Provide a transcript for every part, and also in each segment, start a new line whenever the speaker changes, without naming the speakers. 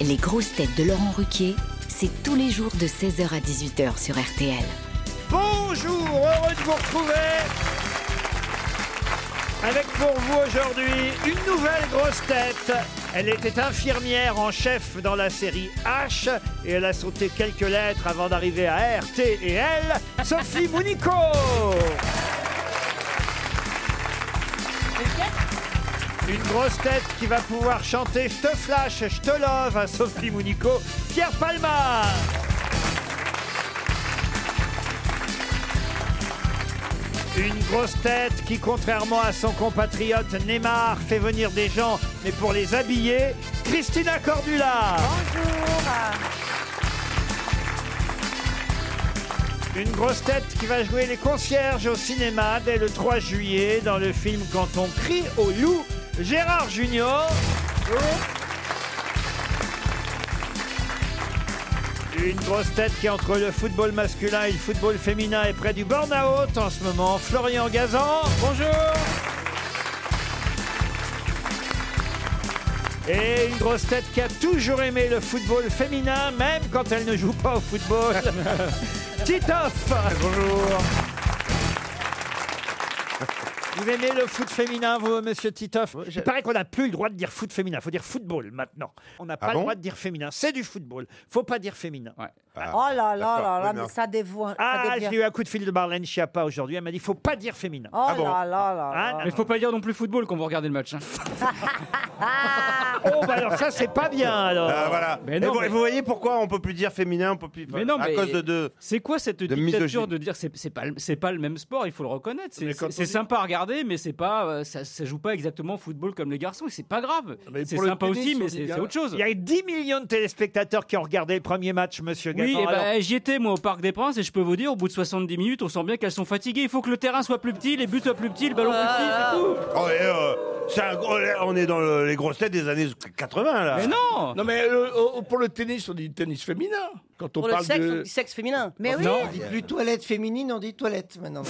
Les grosses têtes de Laurent Ruquier, c'est tous les jours de 16h à 18h sur RTL.
Bonjour, heureux de vous retrouver avec pour vous aujourd'hui une nouvelle grosse tête. Elle était infirmière en chef dans la série H et elle a sauté quelques lettres avant d'arriver à RT et L. Sophie Mounico Une grosse tête qui va pouvoir chanter Je te flash, je te love à Sophie Mounico, Pierre Palma Une grosse tête qui, contrairement à son compatriote Neymar, fait venir des gens, mais pour les habiller, Christina Cordula Une grosse tête qui va jouer les concierges au cinéma dès le 3 juillet dans le film Quand on crie au loup, Gérard Junior. Une grosse tête qui entre le football masculin et le football féminin est près du burn-out en ce moment, Florian Gazan. Bonjour. Et une grosse tête qui a toujours aimé le football féminin, même quand elle ne joue pas au football. Titoff Bonjour Vous aimez le foot féminin, vous, monsieur Titoff Il paraît qu'on n'a plus le droit de dire foot féminin, faut dire football maintenant. On
Ah
n'a pas le
bon
droit de dire féminin, c'est du football, faut pas dire féminin.
Ah,
Ah,
Oh là là là
Oui,
là,
mais
mais
en-
ça dévoile. ça
Ah,
devient-
j'ai eu un coup de fil de Marlène Schiappa aujourd'hui, elle m'a dit faut pas dire féminin.
Oh
bon
là là là
Ah,
là.
non.
Mais faut pas dire non plus football quand vous regardez le match. hein.
Oh, bah alors ça, c'est pas bien alors
Ah, voilà.
Mais
Et
non,
vous,
mais-
vous voyez pourquoi on peut plus dire féminin, on peut plus.
Mais non,
à
mais-
cause de deux.
C'est quoi cette
De
dictature
misogyne.
de dire c'est c'est pas le- c'est pas le même sport, il faut le reconnaître. C'est
Mais quand
c'est- c'est
on dit-
sympa à regarder, mais c'est pas euh, ça, ça joue pas exactement au football comme les garçons. et C'est pas grave.
Ah,
Mais
C'est
pour le
sympa
tennis,
aussi,
on
mais
dit
c'est
bien-
c'est autre chose.
ah, Il y a 10 millions de téléspectateurs qui ont regardé le premier match, monsieur
Oui,
Gazan.
eh ben,
alors-
j'y étais moi au Parc des Princes et je peux vous dire, au bout de 70 minutes, on sent bien qu'elles sont fatiguées. Il faut que le terrain soit plus petit, les buts soient plus petits, le ballon plus petit, c'est tout.
Oh, et, euh, c'est un gros- on est dans le- les grosses têtes des années 80 là.
Mais non,
Non, mais euh, au- au- pour le tennis, on dit tennis féminin. Quand on
Pour le
parle
sexe, on
de.
dit sexe féminin.
Mais oui,
non.
On dit plus toilette féminine, on dit toilette maintenant.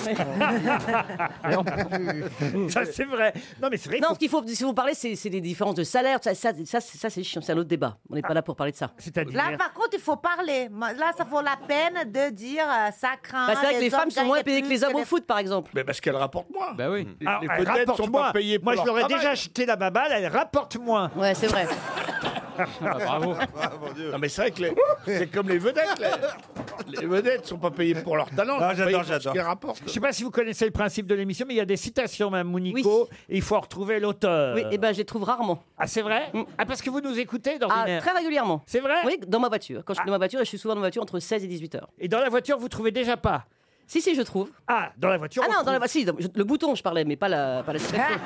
Ça, c'est vrai. Non, mais c'est vrai.
Non,
qu'on-
ce qu'il faut, si vous parlez, c'est c'est des différences de salaire. Ça, ça, ça, c'est- ça, c'est chiant, c'est un autre débat. On n'est pas là pour parler de ça.
Ah. C'est-à-dire.
Là, par contre, il faut parler. Ma- Là, ça vaut la peine de dire euh, ça craint.
Bah, c'est vrai que les
hommes
femmes sont moins
gagnent
payées que
plus
les hommes au foot, par exemple.
Mais parce qu'elles rapportent moins.
bah oui.
Les-
Alors,
les
elle
vedettes sont
moins.
pas payées pour
Moi, je
leur
leur ai
travail.
déjà acheté la baballe, elle rapporte moins.
Ouais, c'est vrai.
Ah,
bah,
bravo.
Non, mais c'est vrai que les- c'est comme les vedettes. Les, les vedettes sont pas payées pour leur talent.
Ah,
elles sont payées
j'adore,
pour
j'adore.
Ce qu'elles rapportent.
Je sais pas si vous connaissez le principe de l'émission, mais il y a des citations, Mme Mounico, et il faut en retrouver l'auteur.
eh
Oui, et ben, je les trouve rarement.
Ah, c'est vrai
Mm.
Ah, parce que vous nous écoutez dans
Ah, très régulièrement.
C'est vrai
Oui, dans ma voiture. Quand je suis dans ma voiture, et je suis souvent dans ma voiture entre 16 et 18 heures.
Et dans la voiture, vous trouvez déjà pas
Si, si, je trouve.
Ah, dans la voiture
Ah
on
non, dans la
trouve-
voiture, si, dans- je- le bouton, je parlais, mais pas la, pas la citation.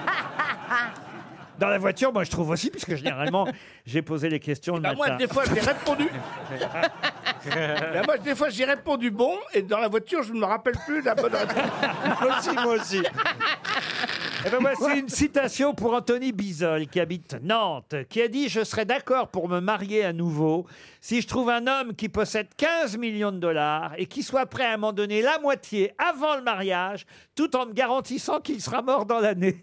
dans la voiture, moi, je trouve aussi, puisque généralement, j'ai posé les questions le
Bah, moi,
matin.
des fois, j'ai répondu. Bah, moi, des fois, j'ai répondu bon, et dans la voiture, je ne me rappelle plus de la bonne réponse.
moi aussi, moi aussi.
Eh ben, voici une citation pour Anthony Bizol, qui habite Nantes, qui a dit Je serais d'accord pour me marier à nouveau si je trouve un homme qui possède 15 millions de dollars et qui soit prêt à m'en donner la moitié avant le mariage, tout en me garantissant qu'il sera mort dans l'année.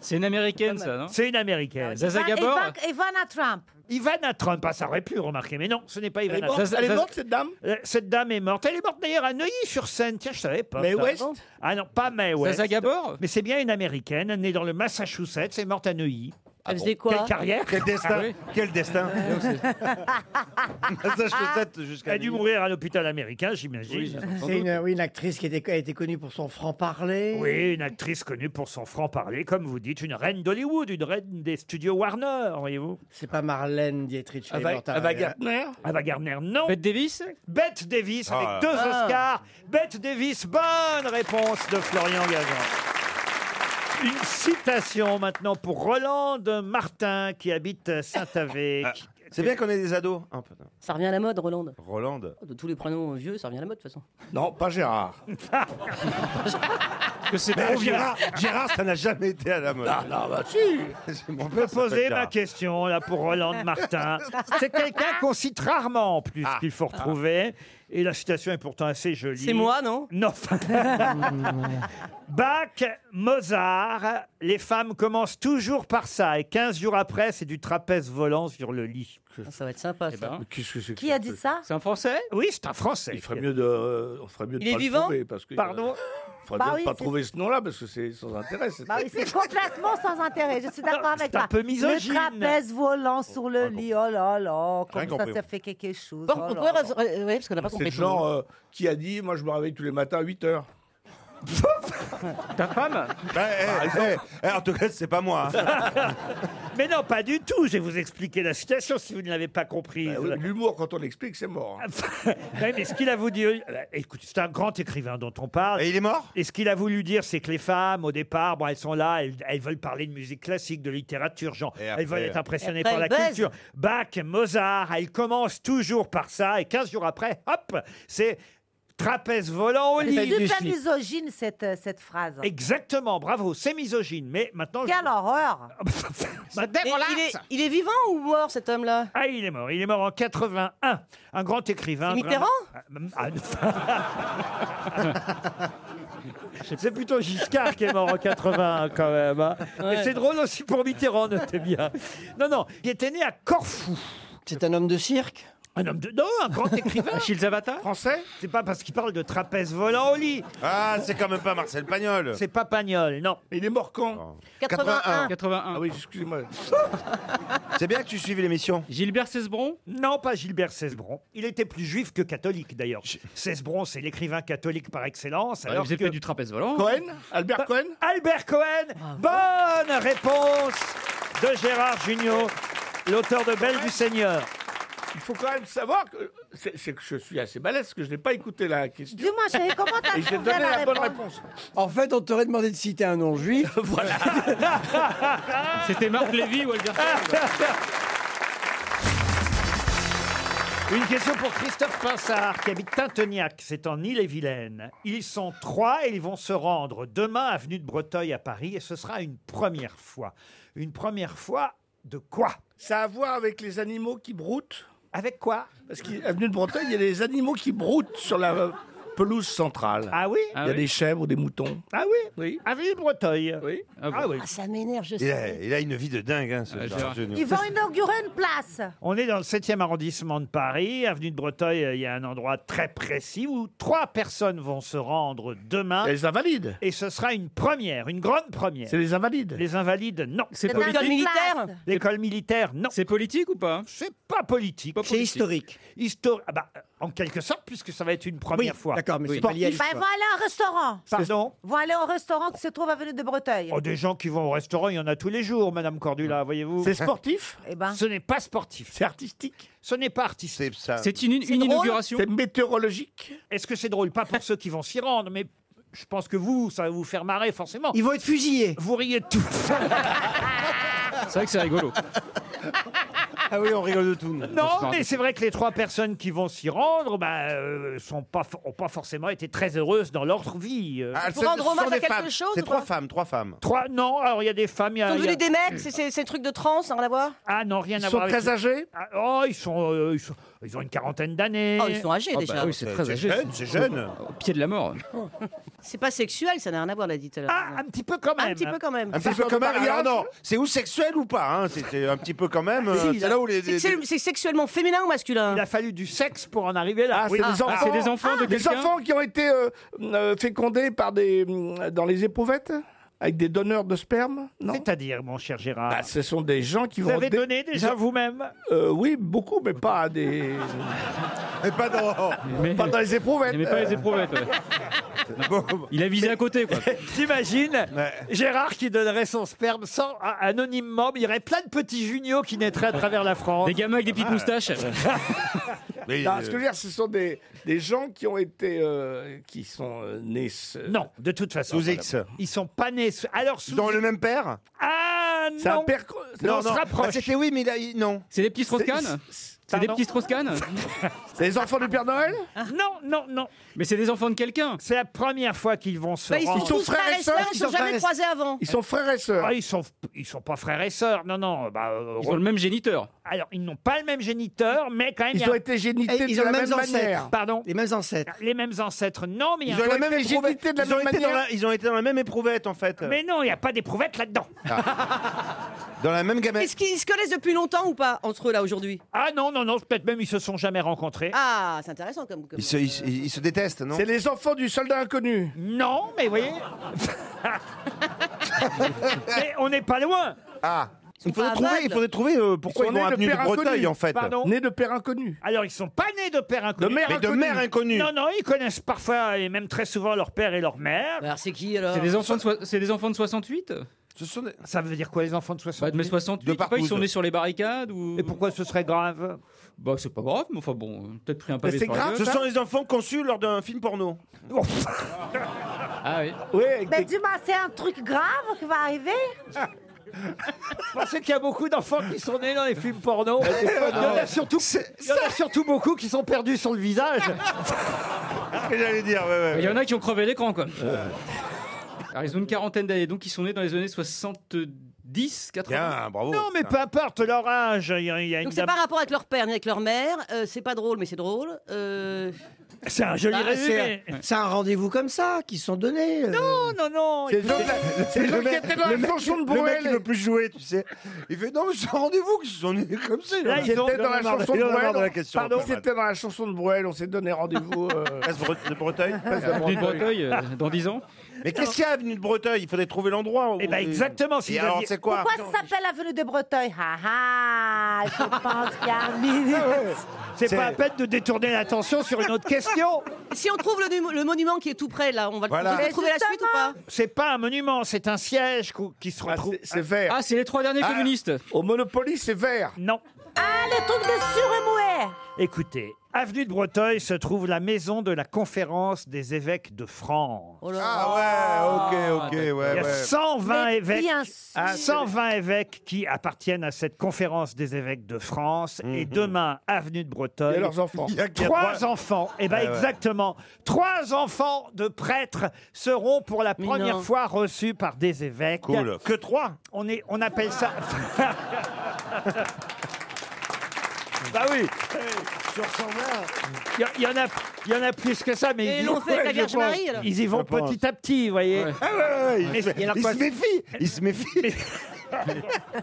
C'est une américaine ça, non
C'est une américaine.
Zaza
Eva-
Gabor
Eva- Ivana Trump.
Ivana Trump, ah, ça aurait pu remarquer, mais non, ce n'est pas
Elle est
Ivana
morte,
Trump.
Ça, ça,
elle est
ça-
morte, cette dame
Euh, Cette dame est morte. Elle est morte d'ailleurs à Neuilly-sur-Seine. Tiens, je savais pas.
Mais
ça.
West
Ah non, pas Mae West.
Zaza Gabor
Mais c'est bien une américaine, née dans le Massachusetts et morte à Neuilly.
Elle faisait
Quelle
quoi
carrière
Quel destin
Ah oui.
Quel destin Ça, je le tête jusqu'à.
Elle a dû
lui.
mourir à l'hôpital américain, j'imagine.
Oui, sans
C'est
doute.
une, oui, une actrice qui était, a été connue pour son franc-parler.
Oui, une actrice connue pour son franc-parler, comme vous dites, une reine d'Hollywood, une reine des studios Warner, voyez-vous.
C'est pas Marlène Dietrich. hein. elle est morte à-
Ava Gardner
Ava Gardner, non.
Bette Davis
Bette Davis, avec
Ah.
deux Oscars. Bette Davis, bonne réponse de Florian Gazan. Une citation maintenant pour Roland de Martin qui habite Saint-Avé.
Ah, C'est bien qu'on ait des ados. un peu.
Ça revient à la mode, Roland.
Roland.
De tous les prénoms vieux, ça revient à la mode de toute façon.
Non, pas Gérard.
que c'est
Mais
trop vieux.
Gérard, Gérard, ça n'a jamais été à la mode.
Ah, non, bah si.
Mon
Je vais
père s'appelle
poser ma
Gérard.
question là pour Roland de Martin. C'est quelqu'un qu'on cite rarement en plus
Ah.
qu'il faut retrouver. Et la citation est pourtant assez jolie.
C'est moi, non
Non. Bach, Mozart, les femmes commencent toujours par ça. Et 15 jours après, c'est du trapèze volant sur le lit.
Ah, Ça va être sympa,
ça.
Qui a dit ça
ben, C'est un Français Oui, c'est un Français.
Il ferait mieux de, euh, on ferait mieux de
Il est
pas le
vivant
trouver parce que
Pardon
Il faudrait
Bah
bien
oui,
pas
c'est-
trouver ce nom-là parce que c'est sans intérêt. c'est-
Bah oui, c'est complètement sans intérêt. Je suis d'accord avec
un
toi.
peu misogyne.
Le trapèze volant sur le lit. Oh là là, comme ça,
compris,
ça
oui.
fait quelque chose.
Pourquoi-
oh là
pourquoi-
là.
euh, ouais, parce qu'on n'a pas
C'est le
compris.
genre euh, qui a dit Moi, je me réveille tous les matins à 8 heures. Bah, eh,
Ta femme
En tout cas, c'est pas moi.
Mais non, pas du tout. Je vais vous expliquer la citation si vous ne l'avez pas comprise.
Bah L'humour, quand on l'explique, c'est mort. hein.
Ouais, mais ce qu'il a voulu dire, euh, écoutez, c'est un grand écrivain dont on parle. Et il est mort Et ce qu'il a voulu dire, c'est que les femmes, au départ, bon, elles sont là, elles, elles veulent parler de musique classique, de littérature, genre, elles veulent être impressionnées
Et après,
par la
elles baisent.
culture. Bach, Mozart, elles commencent toujours par ça, et 15 jours après, hop, c'est trapèze volant au
Elle est
lit.
super misogyne, cette, cette phrase.
Exactement, bravo, c'est misogyne, mais
Quelle
maintenant...
horreur
Madame,
Et
relax.
il, est, il est vivant ou mort cet homme-là
Ah, il est mort. Il est mort en 81. Un grand écrivain.
C'est Mitterrand
vraiment- Ah, ah, non. C'est plutôt Giscard qui est mort en 81 quand même. hein. Mais c'est drôle aussi pour Mitterrand, notez bien. Non, non, il était né à Corfou.
C'est un homme de cirque
Un homme de... Non, un grand écrivain. Achille Zavata Français C'est pas parce qu'il parle de trapèze volant au lit.
Ah, c'est quand même pas Marcel Pagnol.
C'est pas Pagnol, non. Oh.
Il est mort quand
81.
81.
Ah oui, excusez-moi.
C'est bien que tu suives l'émission.
Gilbert Cesbron Non, pas Gilbert Cesbron. Il était plus juif que catholique d'ailleurs. Cesbron, c'est l'écrivain catholique par excellence.
Ah,
Alors
il faisait
que- Bah,
pas du trapèze volant.
Cohen Albert Cohen
Albert Cohen Bonne réponse de Gérard Junior, l'auteur de Belle du Seigneur.
Il faut quand même savoir que c'est c'est que je suis assez balèze, que je n'ai pas écouté la question.
Dis-moi, chérie, comment t'as
Et j'ai
trouvé
donné
la
la, bonne
réponse
réponse.
En fait, on t'aurait demandé de citer un nom juif. voilà.
C'était Marc Lévy ou Albert Cohen.
Une question pour Christophe Pinsard qui habite Tintagnac, c'est en Ille-et-Vilaine. Ils sont trois et ils vont se rendre demain avenue de Breteuil à Paris et ce sera une première fois. Une première fois de quoi
Ça a à voir avec les animaux qui broutent
Avec quoi
Parce qu'avenue de Bretagne, il y a des animaux qui broutent sur la euh, pelouse centrale.
Ah oui
Il y a des chèvres ou des moutons.
Ah oui Avenue de Breteuil Oui. Ah, oui. Ah,
Ça m'énerve, je
Il a, il a une vie de dingue, hein, ce Gérard Jugnot.
Ils vont inaugurer une place.
On est dans le 7e arrondissement de Paris, avenue de Breteuil, euh, il y a un endroit très précis où trois personnes vont se rendre demain.
Les invalides.
Et ce sera une première, une grande première.
C'est les invalides.
Les invalides, non.
C'est
C'est
politique.
un militaire.
L'école militaire, non.
C'est politique ou pas
C'est pas politique.
C'est historique.
Histori- ah bah, euh, en quelque sorte, puisque ça va être une première fois.
D'accord, mais
Oui.
c'est pas lié à
Ils vont
l'histoire.
Ben
aller à un restaurant.
Pardon
Ils vont aller au restaurant qui se trouve avenue de Breteuil.
Oh, Des gens qui vont au restaurant, il y en a tous les jours, Madame Cordula, voyez-vous.
C'est sportif
Eh ben,
Ce n'est pas sportif.
C'est artistique
Ce n'est pas artistique.
C'est ça.
C'est une, une inauguration.
C'est météorologique
Est-ce que c'est drôle Pas pour ceux qui vont s'y rendre, mais je pense que vous, ça va vous faire marrer forcément.
Ils vont être fusillés.
Vous riez de tout.
C'est vrai que c'est rigolo.
Ah oui, on rigole de tout.
non, mais c'est vrai que les trois personnes qui vont s'y rendre bah, euh, sont pas, for- ont pas forcément été très heureuses dans leur vie. euh.
Ah,
Pour
ce-
rendre
ce sont
hommage à
des
quelque
femmes.
chose,
C'est
ou
trois
pas
femmes, trois femmes.
Trois, non, alors il y a des femmes. il y a-
Ils sont
il y a- Euh,
devenus des mecs C'est- C'est c'est un truc de trans, ça n'a rien à voir
Ah non, rien
Ils
à
sont
voir avec.
très âgés
Ah, oh, ils sont, euh, ils sont- ils ont une quarantaine d'années.
Ah, Ils sont âgés déjà.
oui, bah, c'est très
C'est
âgé.
jeune, c'est jeune.
Au pied de la mort.
C'est pas sexuel, ça n'a rien à voir, l'a dit tout à l'heure.
Ah, un petit peu quand même.
un petit peu quand même.
Un petit peu
de
quand même.
mariage.
Alors non, c'est ou sexuel ou pas. hein, C'est c'est un petit peu quand même.
Ah,
euh,
Si,
c'est là où les.
C'est- C'est c'est sexuellement féminin ou masculin
Il a fallu du sexe pour en arriver là.
Ah,
Oui.
c'est des enfants. Ah,
c'est des enfants de
Des
quelqu'un
enfants qui ont été euh, euh, fécondés par des, mm, dans les éprouvettes Avec des donneurs de sperme Non
C'est-à-dire, mon cher Gérard.
Ah, Ce sont des gens qui
vous
vont.
avez
dé-
donné déjà vous-même
Euh, Oui, beaucoup, mais pas à des.
Et pas dans.
Mais,
pas dans les éprouvettes.
mais pas les éprouvettes. ouais. Il a visé à côté, quoi.
T'imagines
Ouais.
Gérard qui donnerait son sperme sans, a- anonymement, mais il y aurait plein de petits juniors qui naîtraient à travers la France. Ah.
Des gamins avec des petites moustaches.
Non,
euh,
ce que je veux dire, ce sont des, des gens qui ont été. euh, qui sont euh, nés.
Non, de toute façon.
Sous X.
Ils sont pas nés. sous- Alors, sous
Dans le même père
Ah non
C'est un père. co-
Non, on se
Bah,
rapproche.
C'était oui, mais là, il- non.
C'est des petits Strauss-Kahn
Strauss-Kahn
C'est des petits Strauss-Kahn
C'est les enfants du Père Noël
Ah. Non, non, non.
Mais c'est des enfants de quelqu'un.
C'est la première fois qu'ils vont se
Bah, ils sont
rendre.
tous frères et sœurs, ils ne sont jamais croisés avant.
Ils sont frères et sœurs.
Ah, ils sont ils sont pas frères et sœurs. Non non, bah, euh,
Ils ont le même géniteur.
Alors, ils n'ont pas le même géniteur, mais quand même il y
Ils
a-
ont été génités
Et ils
de
ont
la
les
même
mêmes
manière.
ancêtres.
Pardon.
Les mêmes ancêtres.
Les mêmes ancêtres, non, mais il y a
Ils
un-
ont, la
ont
même
été
éprouvette.
génités de la
Ils ont
même
été dans
manière.
la- ils ont été dans la même éprouvette, en fait.
Mais non, il n'y a pas d'éprouvette là-dedans.
Ah.
Dans la même gamelle.
Est-ce qu'ils se connaissent depuis longtemps ou pas, entre eux, là, aujourd'hui
Ah non, non, non, peut-être même ils se sont jamais rencontrés.
Ah, c'est intéressant comme. comme-
Ils se, ils se- ils se détestent, non
C'est les enfants du soldat inconnu.
Non, mais vous voyez. mais on n'est pas loin.
Ah
Ils sont
il faudrait
pas
trouver,
aveugles.
il faudrait trouver euh, pourquoi
sont
ils n'ont
nés de
avenue de
père
Breteuil
inconnu.
en fait.
Pardon.
Nés de père inconnu.
Alors, ils sont pas nés de père
De
inconnu.
mère
Mais de
inconnue.
mère inconnue.
Non, non, ils connaissent parfois et même très souvent leur père et leur mère.
Alors c'est qui alors
Euh,
C'est des, enfants de soi- c'est des enfants de 68
Ce sont des-
Ça veut dire quoi, les enfants de
Bah,
60
de mai 68,
De
je sais pas, ils
Partouze.
sont nés sur les barricades ou...
Et pourquoi ce serait grave
Bah c'est pas grave, mais enfin bon, euh, peut-être pris un pavé
c'est
sur la
grave,
gueule.
Ce sont les enfants conçus lors d'un film porno.
Ah oui.
Oui, avec
Mais
des-
dis-moi, c'est un truc grave qui va arriver
Vous pensez qu'il y a beaucoup d'enfants qui sont nés dans les films porno Il y en a surtout, il y en a surtout beaucoup qui sont perdus sur le visage.
Qu'est-ce que j'allais dire ouais, ouais.
Il y en a qui ont crevé l'écran quoi. Alors ils ont une quarantaine d'années, donc ils sont nés dans les années 70, 80.
Bien, bravo.
Non, mais peu importe leur âge. Il y a, il y a une
Donc c'est
dame-
pas rapport avec leur père ni avec leur mère. euh, c'est pas drôle, mais c'est drôle. Euh, Bah,
C'est un joli
Ah,
résumé.
c'est c'est un rendez-vous comme ça qu'ils se sont donnés. euh.
Non, non, non.
C'est les gens de la- c'est les gens qui étaient dans la chanson de
Le mec qui
Bruel.
veut plus jouer, tu sais. Il fait non, mais c'est un rendez-vous qu'ils se sont nés comme ça.
Là,
Ils
ils ont-
étaient dans
ils
la
en ont marre
chanson
de- ils
de
en ont
Bruel.
marre de la question,
Pardon,
Norman.
c'était dans la chanson de Bruel. On s'est donné rendez-vous. euh,
Place Bre- de Breteuil.
place de
Avenue de
Bretagne.
Breteuil, euh, dans 10 ans.
Mais qu'est-ce qu'il y a avenue de Breteuil Il faudrait trouver l'endroit. où-
Eh ben, exactement, si
Et
vous
alors
aviez-
c'est quoi
Pourquoi ça s'appelle Avenue de Breteuil Ah ah Je pense qu'il y a un ministre.
C'est pas la peine de détourner l'attention sur une autre question.
si on trouve le, nu- le monument qui est tout près là, on va le-
Voilà.
on peut
Mais
trouver la suite ou pas
C'est pas un monument, c'est un siège qu'o- qui se
Ah,
retrouve.
c'est- C'est vert.
Ah, c'est les trois derniers
Ah.
communistes.
Au Monopoly, c'est vert.
Non.
Ah, le truc de Suremouet
Écoutez, avenue de Breteuil se trouve la maison de la conférence des évêques de France.
Oh là là.
Ah ouais, ok, ok, ouais,
Il y
ouais.
a 120
Mais
évêques.
bien sûr.
Ah, 120 évêques qui appartiennent à cette conférence des évêques de France.
Mhm.
Et demain, avenue de
Il y
Breteuil.
a leurs enfants.
Il y a qu'il y a Ah,
Trois enfants, et ben
Ouais, ouais.
exactement, trois enfants de prêtres seront pour la
Mais
première
non.
fois reçus par des évêques.
Cool. Que trois
On, est, on appelle ça. bah oui,
Sur 120.
il y a- il y, en a, il y en a plus que ça, mais
Et
ils,
l'on fait avec la
je
Vierge
pense.
Marie alors
ils y vont
pense.
petit à petit, vous voyez.
Ouais.
Ah ouais, ouais, ouais.
Mais-
Il, se,
et alors
il
quoi
se méfie. Il se méfie.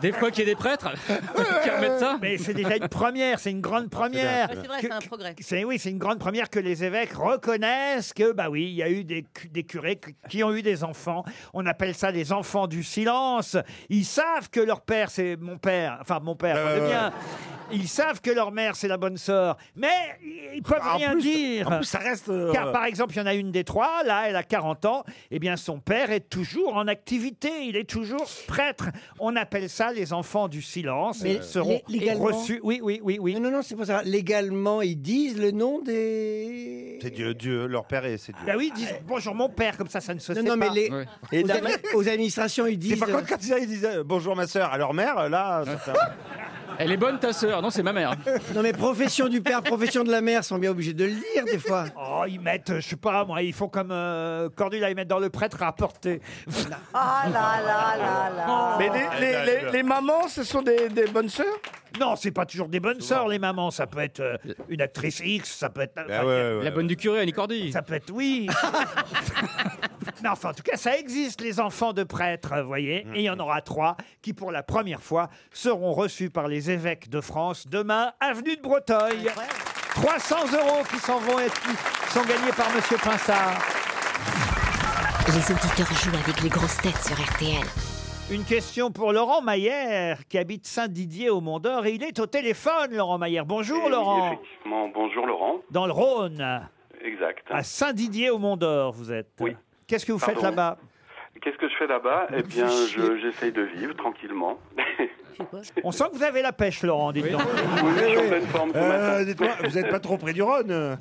Des fois qu'il y a des prêtres qui remettent ça.
Mais c'est déjà une première, c'est une
Ah,
grande première.
Ouais, C'est vrai,
Que-
c'est un progrès.
C'est oui, c'est une grande première que les évêques reconnaissent que bah oui, il y a eu des, cu- des curés qui- qui ont eu des enfants. On appelle ça les enfants du silence. Ils savent que leur père c'est mon père, enfin mon père,
Ouais,
le
ouais,
mien. Ils savent que leur mère c'est la bonne sœur, mais ils peuvent
Ah, en
rien
plus-
dire.
En plus, ça reste. euh,
Car par exemple, il y en a une des trois, là, elle a 40 ans, eh bien son père est toujours en activité, il est toujours prêtre. On appelle ça les enfants du silence.
Mais
ils seront
lé- légalement-
reçus. Oui, oui, oui, oui.
Non, non, non, c'est pour ça. Légalement, ils disent le nom des.
C'est Dieu, Dieu, leur père est c'est Dieu.
Bah oui, ils disent bonjour mon père, comme ça, ça ne se
Non,
sait
non,
pas.
mais les...
Ouais.
aux, ami- aux administrations, ils
C'est
disent.
par contre quand ils disaient euh, bonjour ma sœur à leur mère, euh, là. ça fait un-
Elle est bonne ta sœur, non c'est ma mère.
Non, mais profession du père, profession de la mère sont bien obligés de le dire des fois.
Oh, ils mettent, je sais pas moi, ils font comme euh, Cordula, ils mettent dans le prêtre à apporter.
Oh là là là
Oh.
Ah.
là
Mais les,
bah,
les- les- les mamans, ce sont des, des bonnes sœurs
non, c'est pas toujours des bonnes sœurs, les mamans. Ça peut être euh, une actrice X, ça peut être.
Bah ouais, ouais, ouais.
La bonne du curé, Annie Cordy.
Ça peut être oui. non, enfin, en tout cas, ça existe, les enfants de prêtres, vous voyez. Et il y en aura trois qui, pour la première fois, seront reçus par les évêques de France demain, avenue de Breteuil. 300 euros qui s'en vont être, qui sont gagnés par Monsieur Pinsard.
Les auditeurs jouent avec les grosses têtes sur RTL.
Une question pour Laurent Maillère, qui habite Saint-Didier au Mont-d'Or, et il est au téléphone, Laurent Maillère. Bonjour,
Eh
Et
Laurent.
Eh Effectivement, bonjour Laurent.
Dans le Rhône,
Exact.
à Saint-Didier au Mont-d'or, vous êtes.
Oui.
Qu'est-ce que vous faites
Pardon
là-bas
Qu'est-ce que je fais là-bas Eh bien, je- j'essaye de vivre tranquillement.
On sent que vous avez la pêche, Laurent, dites donc.
Je suis en pleine forme ce
Euh,
matin.
trop près du Rhône.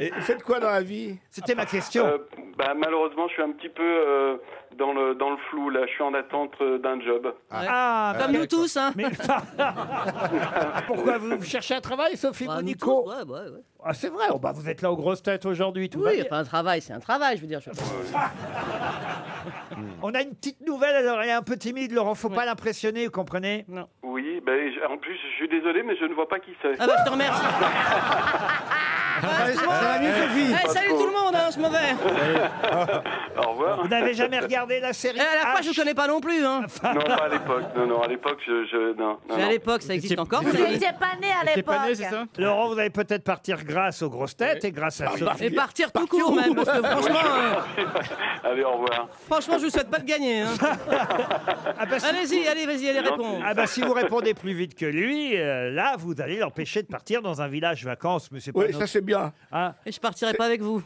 Et vous faites quoi dans la vie
C'était ma question.
Euh, bah, malheureusement, je suis un petit peu euh, dans, le, dans le flou. Là, je suis en attente euh, d'un job.
Ah,
bah,
Comme nous tous, hein.
Pourquoi vous vous cherchez un travail, Sophie
Bah,
Monico Ah, c'est vrai, oh, bah, vous êtes là aux grosses têtes aujourd'hui, tout va
Oui,
bien.
enfin, un travail, c'est un travail, je veux dire. je-
On a une petite nouvelle, alors elle est un peu timide, Laurent, faut pas l'impressionner, vous comprenez Non.
Oui, ben, j- en plus, je suis désolé, mais je ne vois pas qui c'est.
Ah bah, je te remercie. Eh, salut tout le monde, hein, je m'en vais.
Au revoir.
Vous n'avez jamais regardé la série
Eh,
Et à la fois, je connais pas non plus. Hein.
Non, pas à l'époque. Non, non, à l'époque, je. je non, non,
Mais à
non.
l'époque, ça existe encore.
Vous
ça existe.
n'étiez pas né à
T'étais
l'époque.
pas né, c'est ça
Laurent, vous allez peut-être partir grâce aux grosses têtes et grâce à Sophie.
Et partir tout court, même. Parce que franchement, euh,
Allez, au revoir.
franchement, je vous souhaite pas de gagner. hein. Allez-y, allez, vas-y, allez, réponds.
Ah bah si vous répondez plus vite que lui, euh, là vous allez l'empêcher de partir dans un village vacances, mais c'est pas
Oui,
notre-
ça c'est bien.
Hein
Et je partirai pas avec vous.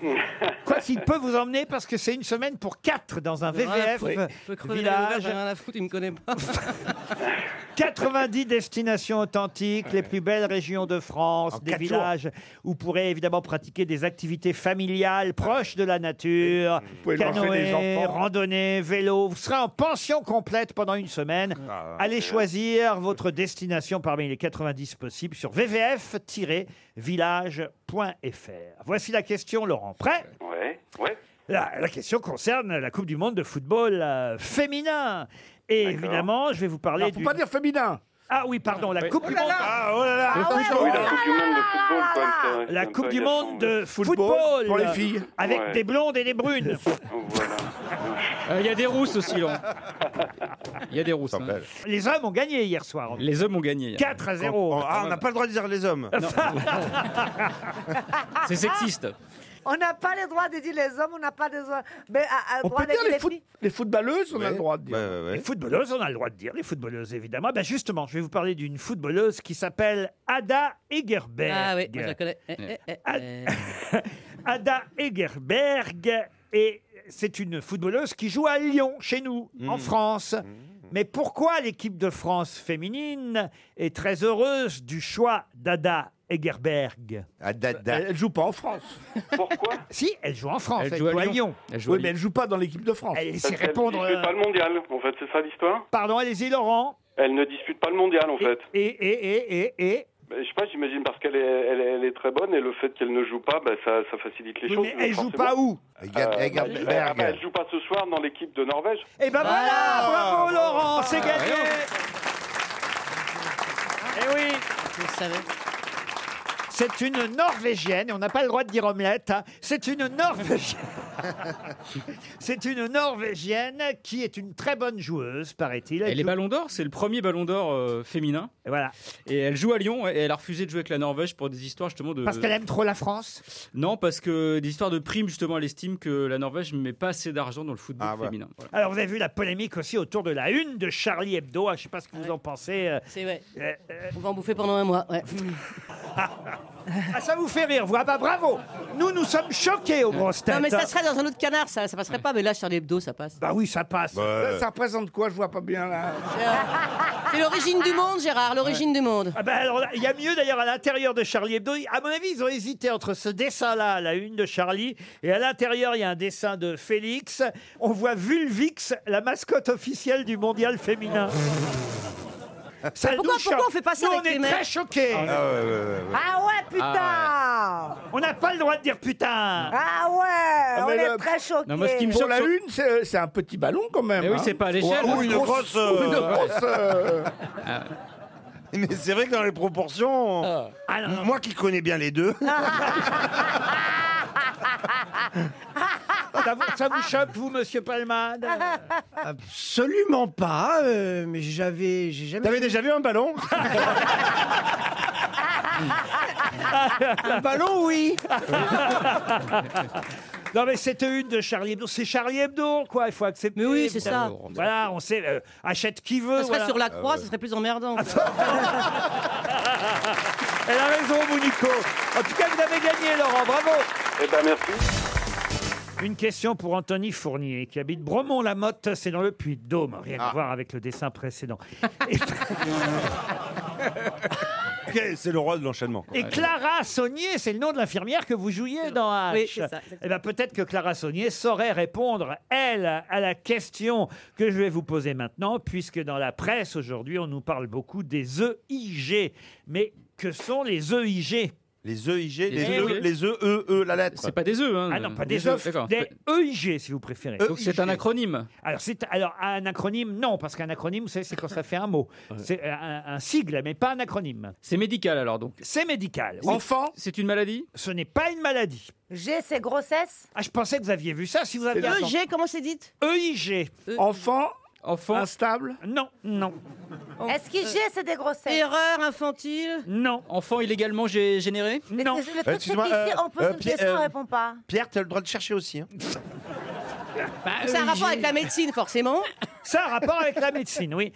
Quoi qu'il peut vous emmener parce que c'est une semaine pour quatre dans un
J'ai rien à
VVF
foutre. Ah, Je peux crever hein. la gueule,
village.
J'ai rien à foutre, il me connaît pas.
90 destinations authentiques, les plus belles régions de France, des
quatre
villages où vous pourrez évidemment pratiquer des activités familiales proches de la nature,
pouvez loger les
canoë,
enfants.
randonnée, vélo. Vous serez en pension complète pendant une semaine.
Ah,
Allez choisir votre destination parmi les 90 possibles sur vvf-village.fr. Voici la question, Laurent. Prêt
Ouais, ouais.
la, la question concerne la Coupe du Monde de football euh, féminin. Et évidemment, je vais vous parler.
Alors, faut
du...
pas dire féminin.
Ah oui, pardon, la Coupe
Oh
du
là
Monde.
là Ah, oh là là
Le
Ah ouais,
football.
Oui, la Coupe du Monde
oh
de football, quand même, c'est vrai, c'est
La
un peu agaçant, mais-
Coupe du Monde de euh, football,
pour
euh,
les filles.
avec
Ouais.
des blondes et des brunes.
Voilà.
Il y a des rousses aussi, Laurent. Il y a des rousses. hein.
les hommes ont gagné hier soir.
Les hommes ont gagné. hier.
4 à 0.
Ah, on n'a pas le droit de dire les hommes.
C'est sexiste.
On n'a pas le droit de dire les hommes, on n'a pas le droit- mais, à- à-
On
droit
peut
de
dire
dire
les,
les
foot-
filles.
les footballeuses, on a le droit de dire.
Les footballeuses, on a le droit de dire, les footballeuses évidemment. Ben justement, je vais vous parler d'une footballeuse qui s'appelle Ada Egerberg.
Ah oui, moi je la connais. Eh, eh, eh, eh.
Ada Egerberg, et c'est une footballeuse qui joue à Lyon, chez nous, en France. Mais pourquoi l'équipe de France féminine est très heureuse du choix d'Ada Egerberg
Elle, elle joue pas en France.
Pourquoi
Si, elle joue en France, elle,
joue à Lyon. Elle joue à
oui, mais elle joue pas dans l'équipe de France.
Elle
Parce
essaie de
qu'elle
répondre.
ne dispute pas
euh,
le mondial, en fait, c'est ça l'histoire
Pardon, allez-y, Laurent.
Elle ne dispute pas le mondial, en
Et,
fait.
et, et, et, et, et.
Ben, je sais pas, j'imagine parce qu'elle est, elle, est- elle est très bonne et le fait qu'elle ne joue pas, ben, ça, ça facilite les
Oui,
choses.
mais elle joue
forcément.
pas où
Euh, ah, ben, elle joue pas ce soir dans l'équipe de Norvège.
Eh ben voilà, bravo Laurent, c'est gagné. Eh oui,
Je le savais.
c'est une Norvégienne, et on n'a pas le droit de dire omelette, hein. c'est une Norvégienne. C'est une Norvégienne qui est une très bonne joueuse, paraît-il.
Et les
joue-
ballons d'or, c'est le premier ballon d'or euh, féminin.
Voilà.
Et elle joue à Lyon et elle a refusé de jouer avec la Norvège pour des histoires justement de.
Parce qu'elle aime trop la France.
Non, parce que des histoires de primes justement, elle estime que la Norvège ne met pas assez d'argent dans le football
Ah,
féminin. Voilà.
Alors vous avez vu la polémique aussi autour de la une de Charlie Hebdo. Ah, Je ne sais pas ce que vous en pensez. euh,
C'est vrai.
euh, euh,
On va en bouffer pendant un mois. Ouais.
Ah, ça vous fait rire, vous Ah bah bravo Nous, nous sommes choqués aux grosses têtes. hein.
Non, mais ça serait dans un autre canard, ça, ça passerait pas. Mais là, Charlie Hebdo, ça passe.
Bah oui, ça passe.
Ça, ça représente quoi Je vois pas bien là.
C'est l'origine du monde, Gérard, l'origine du monde.
Ah ben alors là, il y a mieux d'ailleurs à l'intérieur de Charlie Hebdo. À mon avis, ils ont hésité entre ce dessin-là, à la une de Charlie, et à l'intérieur, il y a un dessin de Félix. On voit Vulvix, la mascotte officielle du mondial féminin. Ça
Ah, pourquoi-
nous choque.
pourquoi on fait pas ça
Nous,
avec
on
les
est
mecs
très choqués.
Ah ouais, putain Ah ouais,
On n'a pas le droit de dire putain.
Ah
on
Ah, mais
est
le-
très choqués.
Non, moi, ce qui me
Pour
choque,
la
sur-
une, c'est euh, c'est un petit ballon quand même.
Eh oui,
hein.
c'est pas à l'échelle.
Ou une grosse. ou
euh,
une grosse, euh,
Ah.
Mais c'est vrai que dans les proportions,
Ah, non, non.
moi qui connais bien les deux,
Ah.
Ça vous, Ah, ça vous choque, vous, monsieur Palman
Absolument pas, euh, mais j'avais, j'ai jamais.
t'avais déjà vu un ballon
un ballon, oui.
Non, mais c'était une de Charlie Hebdo. C'est Charlie Hebdo, quoi. Il faut accepter.
Mais oui, c'est ça.
Voilà, on sait. euh, achète qui veut.
Ça serait
voilà.
sur la croix, ça serait plus emmerdant.
Elle a raison, Monico. En tout cas, vous avez gagné, Laurent. Bravo.
Eh ben merci.
Une question pour Anthony Fournier, qui habite Bromont-la-Motte, c'est dans le Puy-de-Dôme. Rien à voir avec le dessin précédent.
C'est le roi de l'enchaînement. quoi.
Et Clara Saunier, c'est le nom de l'infirmière que vous jouiez dans H.
Oui, c'est ça, exactement.
Eh ben, peut-être que Clara Saunier saurait répondre, elle, à la question que je vais vous poser maintenant, puisque dans la presse aujourd'hui, on nous parle beaucoup des EIG. Mais que sont les E EIG
Les EIG, les,
Eh
E,
oui.
les E, E, E, la lettre.
C'est pas des œufs, hein. Ah non, pas des œufs.
D'accord.
Des EIG, si vous préférez.
Donc c'est un
acronyme. Alors, c'est, alors, un acronyme, non, parce qu'un acronyme, c'est, c'est quand ça fait un mot. C'est un, un sigle, mais pas un acronyme. C'est médical, alors, donc C'est médical.
C'est-
Enfant C'est une maladie Ce n'est pas une maladie.
G, c'est grossesse
Ah, je pensais que vous aviez vu ça, si vous aviez... E
EG, comment c'est E dit
EIG.
Enfant
Enfant.
Instable
Non, non.
Est-ce que G, c'est des grossesses
Oh, euh, Erreur infantile
Non.
Enfant illégalement gé- généré
Le truc, c'est qu'ici, on pose une question,
euh,
on répond pas.
Pierre, tu as le droit de chercher aussi. hein.
bah,
C'est un rapport avec la
E
médecine, forcément.
Ah
Euh,
Ça a un rapport avec la médecine, oui.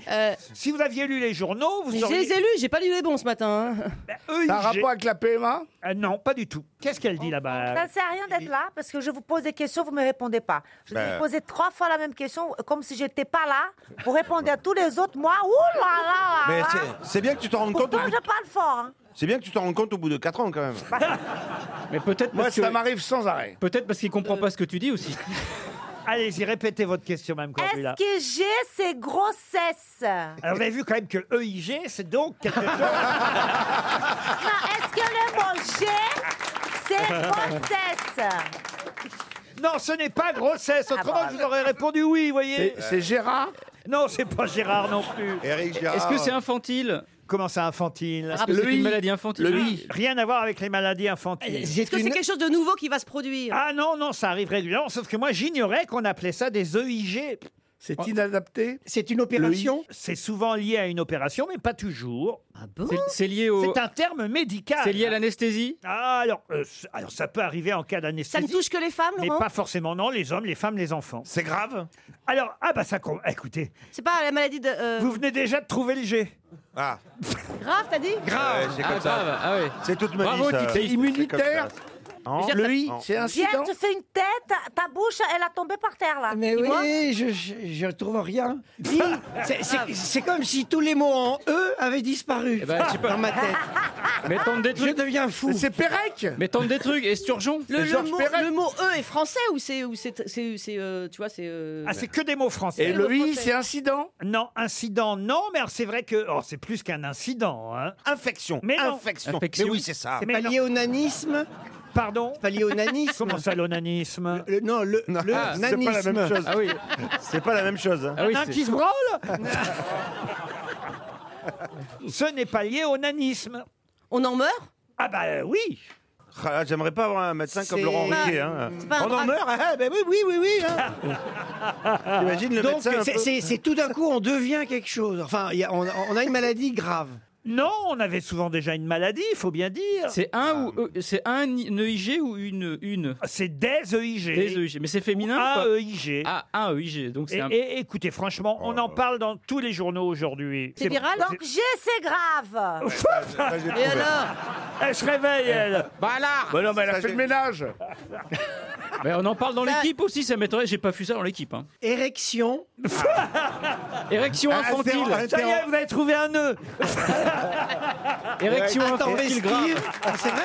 Si vous aviez lu les journaux, vous
Je
auriez... Bah. E
les ai lus, j'ai pas lu les bons ce matin. hein.
EIG.
un rapport
avec la PMA
Euh, Non, pas du tout. Qu'est-ce qu'elle dit là-bas
Ça ne sert à rien d'être là parce que je vous pose des questions, vous ne me répondez pas. Je vais
Ben.
vous poser trois fois la même question comme si j'étais pas là pour répondre à tous les autres. Moi, ouh là là là
Mais
là.
c'est- c'est bien que tu t'en rendes compte. au
Pourtant,
bout
je
de-
parle fort. hein.
C'est bien que tu t'en rendes compte au bout de 4 ans quand
Bah,
même.
Mais peut-être
Moi,
parce
ça
que...
m'arrive sans arrêt.
Peut-être parce qu'il comprend pas ce que tu dis aussi.
Euh. Allez-y, répétez votre question, même Cordula.
Que G, c'est grossesse.
Alors, vous avez vu quand même que EIG, c'est donc quelque chose...
Non, est-ce que le mot G, c'est grossesse
Non, ce n'est pas
Ah,
grossesse. Autrement, je vous aurais répondu oui, vous voyez.
C'est- c'est
Gérard Non, c'est pas Gérard non plus.
Éric
Gérard. Est-ce
Ah.
que c'est infantile
Comment ça, infantile
Est-ce que c'est une maladie infantile Ah.
Rien à voir avec les maladies infantiles.
Est-ce que c'est quelque chose de nouveau qui va se produire
Ah non, non, ça arrive régulièrement, sauf que moi, j'ignorais qu'on appelait ça des E EIG.
C'est inadapté
Oh. C'est une
opération
C'est souvent lié à une opération, mais pas toujours.
Ah
C'est- C'est lié au...
C'est un terme médical.
C'est lié à l'anesthésie
Ah, alors, euh, c- alors, ça peut arriver en cas d'anesthésie.
Ça ne touche que les femmes,
Mais
Laurent
pas forcément, non, les hommes, les femmes, les enfants. C'est grave Alors, ah bah ça compte. Écoutez,
C'est pas la maladie de. euh,
vous venez déjà de trouver le G.
Ah.
Grave, t'as dit
Ouais, c'est comme ça. C'est toute ma
Bravo,
vie. ça.
Titi.
C'est comme
Immunitaire.
ça. Hein
Je veux dire, Le I,
Ah.
Hein.
c'est
Pierre, tu fais une tête, ta bouche, elle a tombé par terre là.
Mais
Dis-moi.
oui, je, je, je trouve rien. Dis, c'est- c'est- C'est comme si tous les mots en E avaient
Eh
disparu
ben, je sais pas.
dans ma tête.
Mais tente des trucs.
Je deviens fou.
C'est
Pérec
Ah. Mais tente des trucs. Esturgeon
Le, le mot, le mot E est français ou c'est. ou c'est- c'est- c'est, euh, tu vois, c'est. euh,
Ah, c'est
ben.
que des mots français.
Et le I, c'est
incident Non, incident, non, mais alors c'est vrai que oh, c'est plus qu'un incident. Infection. Mais non.
Infection. Infection. Mais oui, c'est ça. C'est
Mais
pas
non.
lié au nanisme
Pardon
Pas lié au nanisme
Comment ça, l'onanisme
Le- Non, le, le
Ah, c'est
nanisme.
pas la même chose. C'est pas la même chose. hein.
Un qui se branle Ce n'est pas lié au nanisme.
On en meurt
Ah bah euh, oui
Ah, là, J'aimerais pas avoir un médecin comme
C'est
Laurent
pas-
Ruquier. hein.
c'est
pas un
On en
drame.
meurt ah, ben oui, oui, oui, oui. hein. Ah. T'imagines le
hein. Donc,
médecin un
c'est-
peu-
c'est c'est tout d'un coup, on devient quelque chose. Enfin, il y a- on, on a une maladie grave.
Non, on avait souvent déjà une maladie, il faut bien dire.
C'est un ou euh, c'est un i- une EIG ou une une
C'est des EIG.
Des EIG, E mais c'est féminin ou pas
Un EIG.
Ah, un EIG. Donc
E Et,
c'est un...
et écoutez, franchement, on en parle dans tous les journaux aujourd'hui.
C'est viral Donc G, c'est grave.
Et alors Elle se réveille, elle.
Bah là
Bah non, mais elle a
Ça,
fait
j'ai-
le ménage.
Mais on en parle dans l'équipe aussi, ça m'étonnerait. J'ai pas vu ça dans l'équipe. hein.
Érection.
Ah.
Érection infantile.
Ça y est, vous avez trouvé un nœud.
Érection
Attends,
infantile
respire.
grave.
Ah, c'est vrai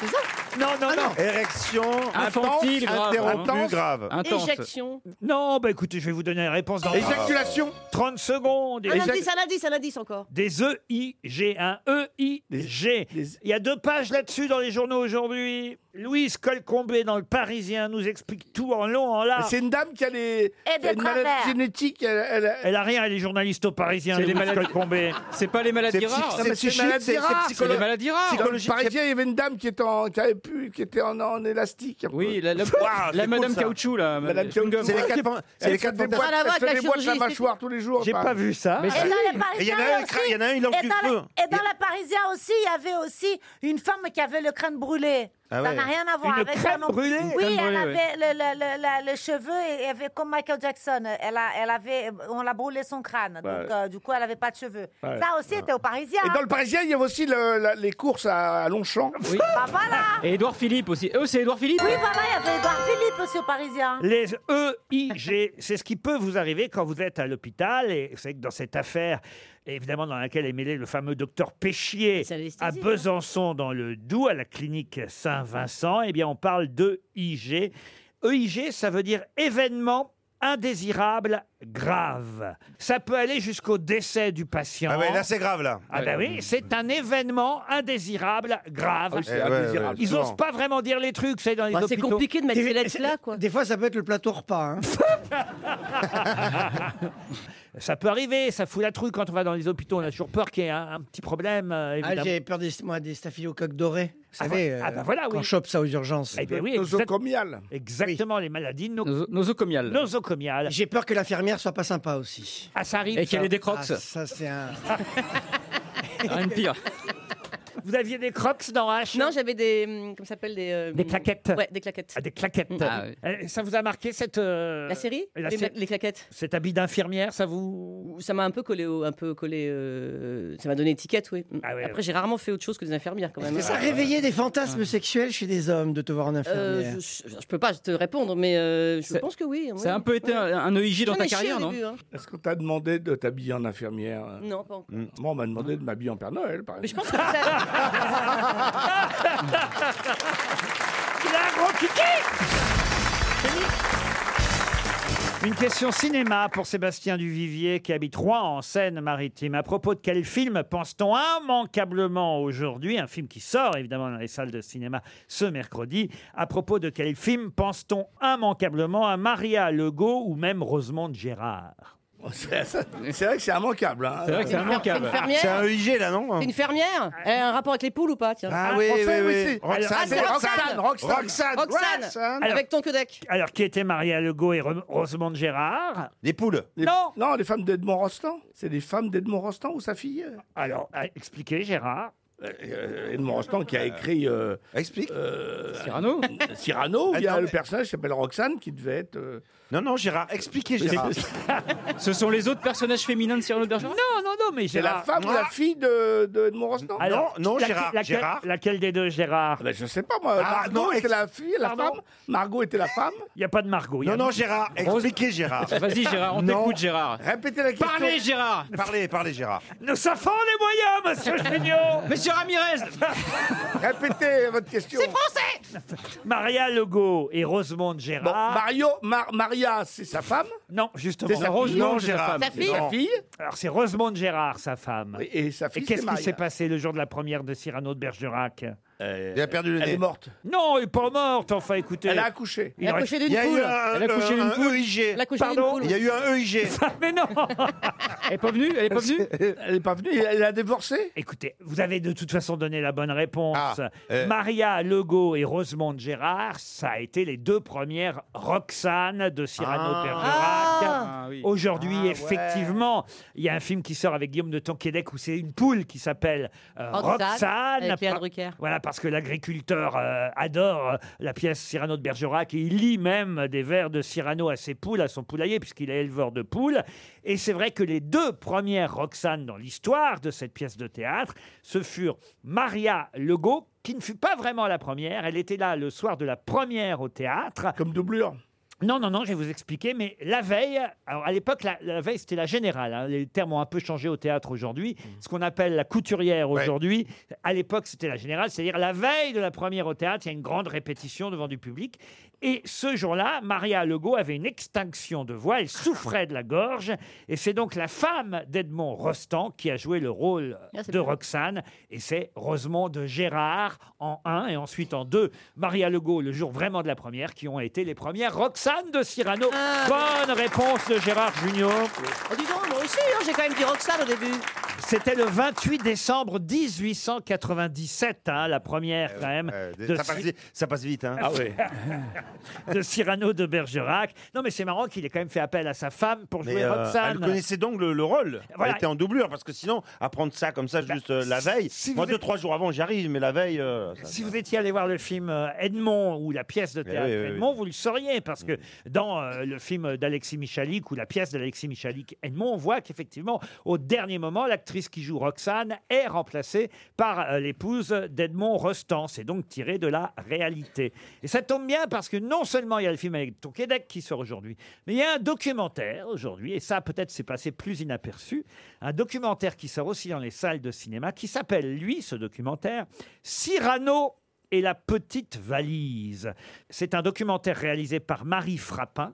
C'est ça
Non, non, non.
Ah Érection
Infantile, grave.
interrompue
Intense.
grave.
Intense.
Éjection.
Non, bah écoutez, je vais vous donner la réponse dans
Éjaculation.
30 secondes.
Ah
Un indice, Ah, un indice, un indice encore.
Des E EIG, un
E
EIG. E Il y a deux pages là-dessus dans les journaux aujourd'hui. Louise Colcombé dans le Parisien nous explique tout en long, en large.
C'est une dame qui a des,
Et de
qui a une
travers.
maladie génétique. Elle, elle a-
Elle a rien, elle est journaliste au Parisien,
C'est les
Louise
maladies-
Colcombé.
C'est pas les maladies rares.
Non, mais c'est malade, c'est- c'est
C'est
psycholo-
les maladies rares.
Dans le Parisien, il y avait une dame qui était en, qui avait pu, qui était en, en élastique. un peu.
Oui, la, la-
Waouh,
la
c'est
Madame
cool, ça.
Caoutchouc, là. euh,
Madame
Chewing
Caoutchouc.
gum.
C'est les quatre fan- c'est les quatre fantasmes.
Pas la voix
Elle
de la
se déboîte la
chirurgie
mâchoire tous les jours.
J'ai pas
apparemment.
vu ça.
Mais
Et dans le
Et il y
Parisien
en a un,
aussi-
il y en a un, il lance
et
du
dans
feu.
la- Et dans le Parisien aussi, il y avait aussi une femme qui avait le crâne brûlé.
Ah
Ça n'a rien à voir
Une
avec
crème
son nom.
brûlée.
Oui,
Crème
elle
brûlée,
avait
oui.
le, le- le- la- le cheveu et elle avait comme Michael Jackson. Elle a, elle avait, on l'a brûlé son crâne.
Ouais.
Donc, euh, du coup, elle n'avait pas de cheveux.
Ouais.
Ça aussi, était au Parisien.
Et
hein.
dans le Parisien, il y avait aussi le- la- les courses à, à Longchamp.
Oui.
Bah voilà.
Et Edouard Philippe aussi. Eux, c'est Edouard Philippe
Oui, voilà, il y avait Edouard Philippe aussi au Parisien.
Les EIG, c'est ce qui peut vous arriver quand vous êtes à l'hôpital. Et c'est que dans cette affaire, évidemment, dans laquelle est mêlé le fameux docteur Péchier à Besançon, dans le Doubs, à la clinique Saint-Vincent, eh bien, on parle d'EIG. EIG, E ça veut dire événement indésirable grave. Ça peut aller jusqu'au décès du patient.
Ah ouais, là, c'est grave, là.
Ah bah
Ouais.
oui, c'est un événement indésirable grave.
Ah oui, c'est Eh ouais, indésirable, ouais,
Ils
souvent.
n'osent pas vraiment dire les trucs, c'est dans les
Bah,
hôpitaux.
Des- Des fois, ça peut être le plateau repas. hein.
Ça peut arriver, ça fout la trouille quand on va dans les hôpitaux. On a toujours peur qu'il y ait un, un petit problème, euh,
Ah,
évidemment.
J'avais peur des, moi, des staphylocoques dorés. Vous
Ah,
savez,
voilà. Ah, bah
euh,
voilà,
qu'on
oui.
chope ça aux urgences.
Eh ben oui, exact- Exactement, les maladies no- nosocomiales.
J'ai peur que l'infirmière soit pas sympa aussi.
Ah, ça arrive.
Et qu'elle
ça.
ait des crocs. Ah, ça, c'est un.
Rien de pire. Vous aviez des crocs dans H
Non, j'avais des. hum, Comment ça s'appelle Des, euh,
Des claquettes.
Ouais, des claquettes.
Ah, des claquettes.
Ah, oui.
Euh, Ça vous a marqué cette. euh,
La série
la
les,
sé-
les claquettes.
Cet habit d'infirmière, ça vous.
Ça m'a un peu collé. au- un peu collé euh, ça m'a donné étiquette, oui.
Ah
Après, j'ai rarement fait autre chose que des infirmières quand même.
Ça réveillait des fantasmes sexuels chez des hommes de te voir en infirmière.
Euh, je, je- je peux pas te répondre, mais euh, je pense que oui.
ça a un peu été
un, E
EIG dans ta carrière, non Ah.
Est-ce qu'on t'a demandé de t'habiller en infirmière euh
hein. Non, pas encore.
Mm. Moi, on m'a demandé de m'habiller en Père Noël, par exemple.
Il a un gros kiki Une question cinéma pour Sébastien Duvivier qui habite Rouen en Seine-Maritime. À propos de quel film pense-t-on immanquablement aujourd'hui Un film qui sort évidemment dans les salles de cinéma ce mercredi. À propos de quel film pense-t-on immanquablement à Maria Legault ou même Rosemonde Gérard
C'est c'est vrai que c'est immanquable. hein.
C'est vrai que c'est immanquable.
fermière
C'est un
EIG, là, non
C'est une fermière Elle a un rapport avec les poules ou pas tiens
Ah oui, oui, oui. Roxane,
Alors- Ah, c'est
Roxane, Roxane, Roxane,
Roxane,
Roxane.
Avec ton codec.
Alors qui était Maria Legault et Ro- Rosemonde Gérard
Des poules
Non
Non, les femmes d'Edmond Rostand. C'est les femmes d'Edmond Rostand ou sa fille euh
Alors, euh, expliquez, Gérard.
Euh, Edmond euh, Rostand qui a écrit. Explique.
Cyrano
Cyrano, il y
Attends,
a le
mais-
personnage qui s'appelle Roxane qui devait être. euh
Non, non, Gérard, expliquez,
Gérard.
Ce sont les autres personnages féminins de Cyrano de Bergerac
Non, non, non, mais
C'est la
Gérard. Ah
femme ou la fille de, de Edmond Rostand
Alors, laquelle- laquelle-
Gérard.
Laquelle des deux, Gérard
Je sais pas, moi.
Ah,
Margot
non,
était
ex-
la fille, la
Pardon
femme. Margot était la femme.
Il n'y a pas de Margot.
Non, non, Gérard, expliquez, Gérard.
Vas-y, Gérard, on
Ah. Non.
t'écoute, Gérard.
Répétez la question.
Parlez, Gérard
Parlez, parlez, Gérard.
Nous savons les moyens, monsieur Junior
Monsieur Ramirez
Répétez votre question. C'est
français
Maria Legault et Rosemonde
Bon,
Gérard.
Mario, Mar- Maria, c'est sa femme
Non, justement.
C'est sa fille
Rosemonde Gérard.
Sa fille Sa fille
Alors, c'est Rosemonde Gérard, sa femme.
Et sa fille,
Et qu'est-ce
c'est
qui
Maria.
s'est passé le jour de la première de Cyrano de Bergerac Euh,
Il a perdu le
Elle
nez.
est morte.
Non, elle n'est pas morte, enfin, écoutez.
Elle a accouché.
Il aurait-
Il y a eu un, un
E
EIG.
Elle a couché d'une
Pardon
poule.
Il y a eu un EIG.
Mais non
Elle n'est pas venue Elle est pas venue
Elle n'est pas venue, elle a divorcé
Écoutez, vous avez de toute façon donné la bonne réponse.
Ah, euh.
Maria Legault et Rosemonde Gérard, ça a été les deux premières Roxane de Cyrano
Ah.
de Bergerac.
Ah. Ah, oui.
Aujourd'hui,
Ah, ouais.
effectivement, il y a un film qui sort avec Guillaume de Tonquédec où c'est une poule qui s'appelle euh,
Roxane,
Roxane.
avec Léa
Par-
Drucker.
Voilà, parce que l'agriculteur euh, adore euh, la pièce Cyrano de Bergerac et il lit même des vers de Cyrano à ses poules, à son poulailler, puisqu'il est éleveur de poules. Et c'est vrai que les deux premières Roxane dans l'histoire de cette pièce de théâtre, ce furent Maria Legault, qui ne fut pas vraiment la première. Elle était là le soir de la première au théâtre.
Comme doublure
non, non, non, je vais vous expliquer, mais la veille, alors à l'époque, la, la veille, c'était la générale. hein. les termes ont un peu changé au théâtre aujourd'hui. Ce qu'on appelle la couturière aujourd'hui, à l'époque, c'était la générale, c'est-à-dire la veille de la première au théâtre, il y a une grande répétition devant du public. Et ce jour-là, Maria Legault avait une extinction de voix, elle souffrait de la gorge. Et c'est donc la femme d'Edmond Rostand qui a joué le rôle
Ah, c'est
de
bien.
Roxane. Et c'est Rosemont de Gérard en 1 et ensuite en 2, Maria Legault le jour vraiment de la première, qui ont été les premières Roxane de Cyrano.
Ah.
Bonne réponse de Gérard Junior.
Oh, dis donc, moi aussi, hein, j'ai quand même dit Roxane au début.
C'était le 28 décembre 1897, hein, la première quand même. de
Eh, ça passe
Cy-
vite- ça passe vite, hein. Ah ouais.
de Cyrano de Bergerac. Non, mais c'est marrant qu'il ait quand même fait appel à sa femme pour jouer
Mais euh,
Roxane.
elle connaissait donc le, le rôle.
Voilà.
Elle était en doublure parce que sinon, apprendre ça comme ça juste euh, la veille.
Bah, si
moi,
vous
deux
êtes-
trois jours avant, j'y arrive, mais la veille. euh, ça-
Si vous étiez allé voir le film euh, Edmond ou la pièce de
Ben
théâtre
oui, oui, Mm. oui.
Edmond, vous le sauriez parce que dans euh, le film d'Alexis Michalik ou la pièce d'Alexis Michalik Edmond, on voit qu'effectivement, au dernier moment, l'actrice qui joue Roxane est remplacée par euh, l'épouse d'Edmond Rostand. C'est donc tiré de la réalité. Et ça tombe bien parce que non seulement il y a le film avec Tonquédec qui sort aujourd'hui, mais il y a un documentaire aujourd'hui, et ça peut-être c'est passé plus inaperçu, un documentaire qui sort aussi dans les salles de cinéma qui s'appelle, lui, ce documentaire, Cyrano et la petite valise. C'est un documentaire réalisé par Marie Frappin.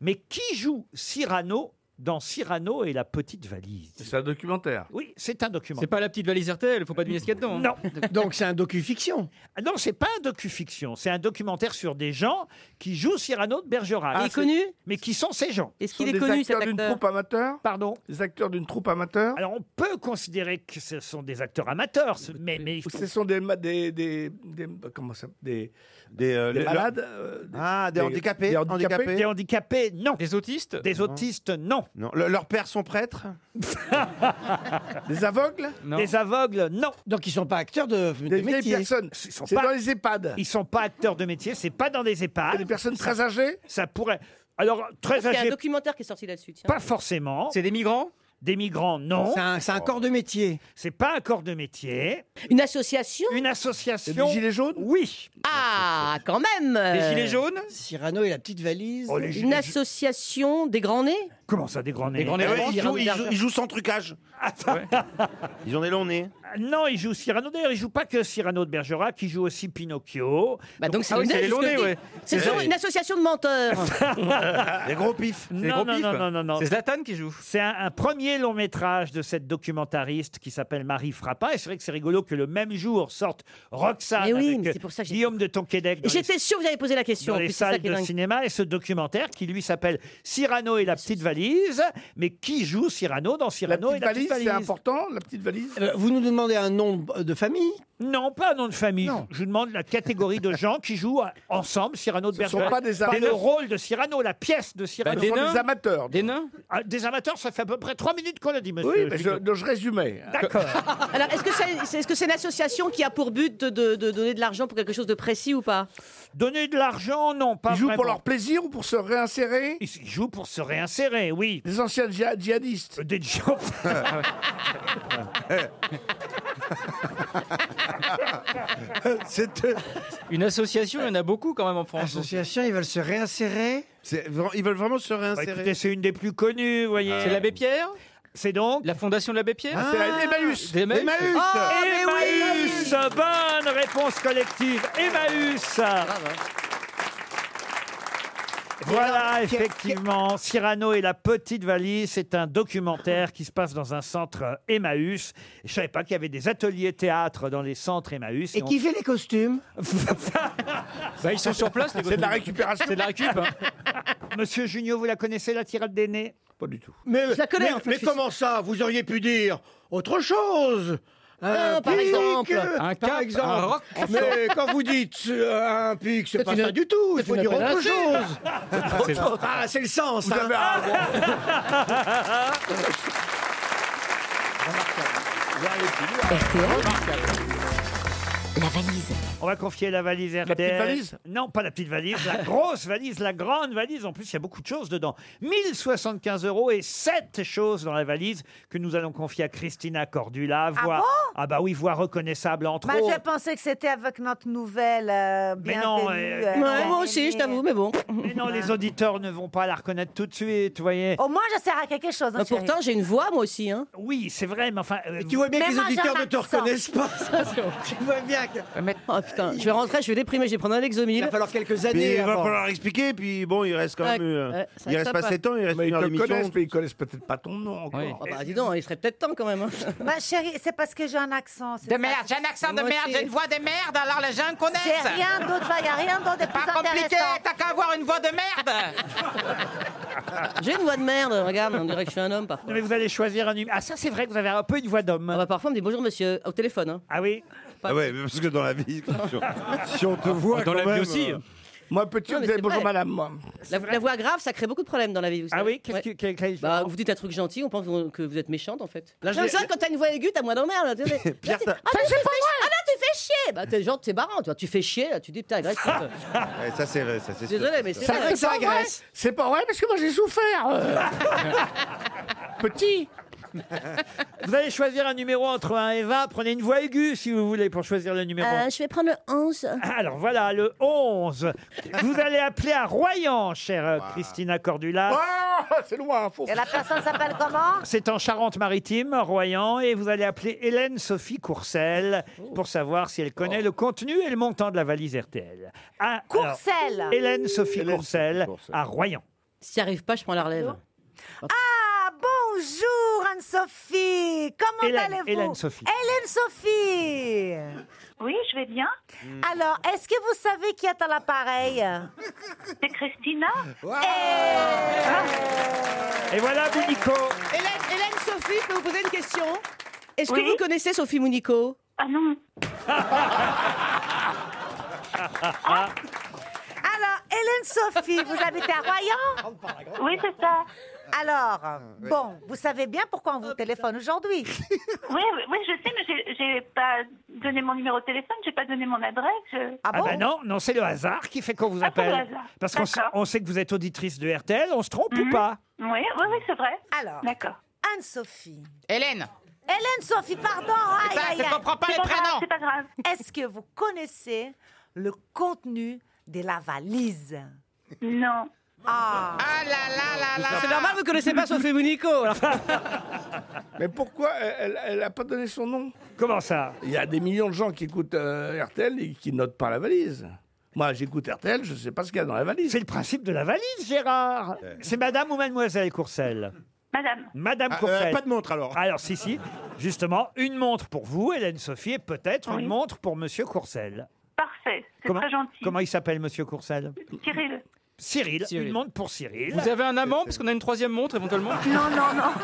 Mais qui joue Cyrano dans Cyrano et la petite valise
C'est un documentaire.
Oui, c'est un documentaire.
C'est pas la petite valise RTL, faut pas deviner ce qu'il y a dedans. hein.
Non. Donc c'est un docu-fiction. Non, c'est pas un docu-fiction. C'est un documentaire sur des gens qui jouent Cyrano de
Ah,
Bergerac.
Il est connu
Mais qui sont ces gens
Est-ce qu'il est connu cet acteur d'une troupe amateur
Pardon
Les acteurs d'une troupe amateur
Alors on peut considérer que ce sont des acteurs amateurs, ce- mais, mais il faut-
Ce sont des, ma- des, des, des- bah, comment ça Des,
des,
euh, le-
malades
le-
euh,
Ah, des handicapés,
Des handicapés,
handicapés.
Des handicapés, non.
Des autistes
Des autistes, non.
Non. Le- leurs pères sont prêtres
Des aveugles
Non.
Des aveugles, non.
Donc ils sont pas acteurs de,
Des vieilles personnes. C'est dans les EHPAD.
Ils sont pas acteurs de métier, c'est pas dans des EHPAD.
des personnes très âgées
Ça pourrait. Alors, très
Il y a un
âgées,
documentaire qui est sorti là-dessus. tiens.
pas forcément.
C'est des migrants
Des migrants, non.
C'est un, c'est un corps de métier.
C'est pas un corps de métier.
Une association
Une association.
jaunes
Oui.
Ah, quand même euh,
jaunes
Cyrano et la petite valise.
Oh, les gilets
Une
jaunes.
association des grands nez
Comment ça, des grands nez
grands nez
Eh ouais,
blancs,
ils, jouent, ils jouent- ils jouent sans trucage. Ils ont des longs nez.
Euh, Non, il joue Cyrano. D'ailleurs, il joue pas que Cyrano de Bergerac, il joue aussi Pinocchio.
Bah donc c'est
Ah oui,
le
c'est
nez
les longs
jusqu'au
nez,
nez.
ouais.
C'est
C'est
genre
vrai.
une association de menteurs.
Des gros pifs.
C'est des
Non,
gros
non,
pifs.
non, non, non, non.
C'est Zlatan qui joue.
C'est un, un premier long métrage de cette documentariste qui s'appelle Marie Frappin. Et c'est vrai que c'est rigolo que le même jour sorte Roxane
Mais oui, mais
avec euh,
c'est pour ça que j'ai-
Guillaume de Tonquédec dans les
J'étais sûr que vous avez posé la question.
dans
en
les
plus, c'est ça
salles
qui est
de
dingue.
cinéma et ce documentaire qui lui s'appelle Cyrano et la petite valise. Mais qui joue Cyrano dans
La
Cyrano et
petite
la petite
valise,
valise
c'est important, la petite valise
Euh, vous nous demandez un nom de famille
Non, pas un nom de famille. Je vous demande la catégorie de gens qui jouent ensemble Cyrano de
Ce sont
Bergerac.
pas des
C'est
amateurs.
le rôle de Cyrano, la pièce de
Ce
Cyrano.
sont
des nains
des amateurs.
Des nains
Ah, des amateurs, ça fait à peu près trois minutes qu'on l'a dit, monsieur.
Oui, mais je,
Gillot.
donc je résumais.
D'accord.
Alors, est-ce que c'est est-ce que c'est une association qui a pour but de, de- de donner de l'argent pour quelque chose de précis ou pas
Donner de l'argent, non, pas
Ils jouent pour
vraiment.
leur plaisir ou pour se réinsérer
Ils ils jouent pour se réinsérer, oui. Euh,
Des anciens djihad- djihadistes.
Des gens- euh,
Une association, il y en a beaucoup quand même en France.
Association, ils veulent se réinsérer.
C'est vra- Ils veulent vraiment se
Bah,
réinsérer.
écoutez, c'est une Euh, des plus connues, vous voyez.
C'est l'abbé Pierre
C'est donc Ah,
La fondation de l'abbé Pierre Ah,
C'est la- Emmaüs.
Des mecs
Emmaüs
Emmaüs Bonne réponse collective, Emmaüs Voilà, effectivement, Cyrano et la petite valise, c'est un documentaire qui se passe dans un centre euh, Emmaüs. Je savais pas qu'il y avait des ateliers théâtre dans les centres Emmaüs.
Et
on-
qui fait les costumes
Bah, ils sont sur place, les
C'est de la
gosses.
récupération.
C'est de la récup. hein.
Monsieur Junio, vous la connaissez, la tirade des nez
Pas du tout.
Mais,
Je la connais,
mais-
en fait,
mais
je suis
comment ça Vous auriez pu dire autre chose
Un, par
pic,
exemple.
euh,
Un
par
cap,
exemple.
un roc.
Mais quand vous dites euh, un pic, c'est
C'est
pas
une-
ça du tout. Il faut
une
dire autre
appellation.
chose. ah, c'est le sens. hein.
La valise.
On va confier la valise RTL.
petite valise
Non, pas la petite valise, la grosse valise, la grande valise. En plus, il y a beaucoup de choses dedans. 1075 euros et 7 choses dans la valise que nous allons confier à Christina Cordula. Voix, ah bah oui, voix reconnaissable entre
Bah,
autres.
je pensais que c'était avec notre nouvelle euh,
Mais non,
bienvenue,
euh,
euh,
Ouais,
Ouais, moi aussi, je t'avoue, mais bon.
Mais non, les auditeurs ne vont pas la reconnaître tout de suite, vous voyez.
Au moins, je sers à quelque chose. hein,
Bah,
Oh, bah, chérie.
pourtant, j'ai une voix, moi aussi. Hein.
Oui, c'est vrai, mais enfin... euh,
Tu vois bien
Mais
que les
moi, j'ai
auditeurs
un
ne te
accent.
reconnaissent pas. tu vois bien qu'il
Oh putain, je vais rentrer, je vais déprimer, je vais prendre un Lexomil.
va falloir quelques
Mais
années.
il va
avant.
falloir expliquer, puis bon, il reste quand même.
Ouais,
euh,
ouais, ça
il reste
tape
pas
pas.
7 ans, il reste
Mais ils
une heure
te
d'émission.
connaissent, mais ils connaissent peut-être pas ton nom encore.
Oui.
Oh, bah, dis donc, il serait peut-être temps quand même. hein.
Bah, chérie, c'est parce que j'ai un accent. c'est ça.
j'ai un accent
Moi aussi.
voix de merde, alors les gens
C'est rien d'autre, il n'y a rien d'autre de plus intéressant.
t'as qu'à avoir une voix de merde
J'ai une voix de merde, regarde, on dirait que je suis un homme parfois. Ah, bah,
mais vous allez choisir un numéro. Ah, ça, c'est vrai que vous avez un peu une voix d'homme.
parfois, on me dit bonjour monsieur au téléphone. hein.
Ah oui
Ah ouais, mais parce que dans la vie, si on, si on
Ah,
te voit.
Dans la
quand
vie
même,
aussi.
euh,
Moi, petit,
Non,
on
mais
disait
c'est
bonjour
vrai.
madame, moi.
La, la voix grave, ça crée beaucoup de problèmes dans la vie. Vous savez.
Ah oui Qu'est-ce
Ouais. Bah, Vous dites un truc gentil, on pense que vous êtes méchante en fait. Là,
Là, je
non, mais
l'ai-
c'est vrai, que quand t'as une voix aiguë, t'as moins d'emmerde. là, tu sais. Là, tu-
Pierre, t'as-
Ah, mais tu fais chi- ah là, tu fais chier Bah, t'es genre, t'es marrant, tu vois, tu fais chier, là, tu dis, putain, agresse.
Ouais, ça, c'est vrai, ça, c'est sûr.
Désolé, mais c'est
Ça,
vrai.
c'est pas vrai. C'est pas vrai parce que moi j'ai souffert. euh. Petit.
Vous allez choisir un numéro entre 1 et 20. Prenez une voix aiguë si vous voulez pour choisir le numéro.
Euh, je vais prendre le 11.
Alors voilà, le 11. Vous allez appeler à Royan, chère euh, Christina Cordula.
Ah, c'est loin, faut.
Et la personne s'appelle comment
C'est en Charente-Maritime, Royan, et vous allez appeler Hélène Sophie Courcelles
Oh.
pour savoir si elle connaît le contenu et le montant de la valise RTL. Ah, alors,
Courcelles
Hélène Sophie Courcelles à Royan.
Si t'y arrives pas, je prends la relève.
Ah, bonjour Anne-Sophie Comment
Hélène,
allez-vous
Hélène Sophie.
Hélène Sophie Oui, je vais bien. Alors, est-ce que vous savez qui est à l'appareil C'est Christina. Eh
Et voilà, Bunico.
Hélène, Hélène Sophie, je peux vous poser une question Est-ce
Oui
que vous connaissez Sophie Mounico Ah non. Ah,
Alors, Hélène Sophie, vous habitez à Royan Oui, c'est ça. Alors,
ouais.
bon, vous savez bien pourquoi on vous téléphone aujourd'hui
Oui, oui, oui, je sais, mais j'ai- j'ai pas donné mon numéro de téléphone, j'ai pas donné mon adresse. je-
Ah, bah non, non, c'est le hasard qui fait qu'on vous appelle.
Ah, le hasard. Mhm.
Parce qu'on sait, on sait que vous êtes auditrice de RTL, on se trompe ou pas
Oui, oui, oui, c'est vrai.
Alors,
D'accord.
Anne-Sophie.
Hélène
Hélène Sophie, pardon. Aïe,
pas-
aïe,
je
aïe.
comprends pas
C'est
les
grave,
prénoms.
C'est pas grave. Est-ce que vous connaissez le contenu de la valise
Non.
Ah.
C'est normal, vous connaissez pas Eh ben, Sophie Mounico. alors.
Mais pourquoi elle, elle- elle a pas donné son nom
Comment ça
Il y a des millions de gens qui écoutent euh, RTL et qui notent pas la valise. Moi, j'écoute RTL, je sais pas ce qu'il y a dans la valise.
C'est le principe de la valise, Gérard. C'est madame ou mademoiselle Courcelles
Madame.
Madame
Ah, euh,
Courcelles.
pas de montre, alors.
Alors, si, si. Justement, une montre pour vous, Hélène Sophie, et peut-être une montre pour monsieur Courcelles.
Parfait, c'est
Comment,
très gentil.
comment il s'appelle, monsieur Courcelles
Cyril.
Cyril,
Cyril.
une montre pour Cyril.
Vous avez un amant, parce qu'on a une troisième montre éventuellement
Non, non, non.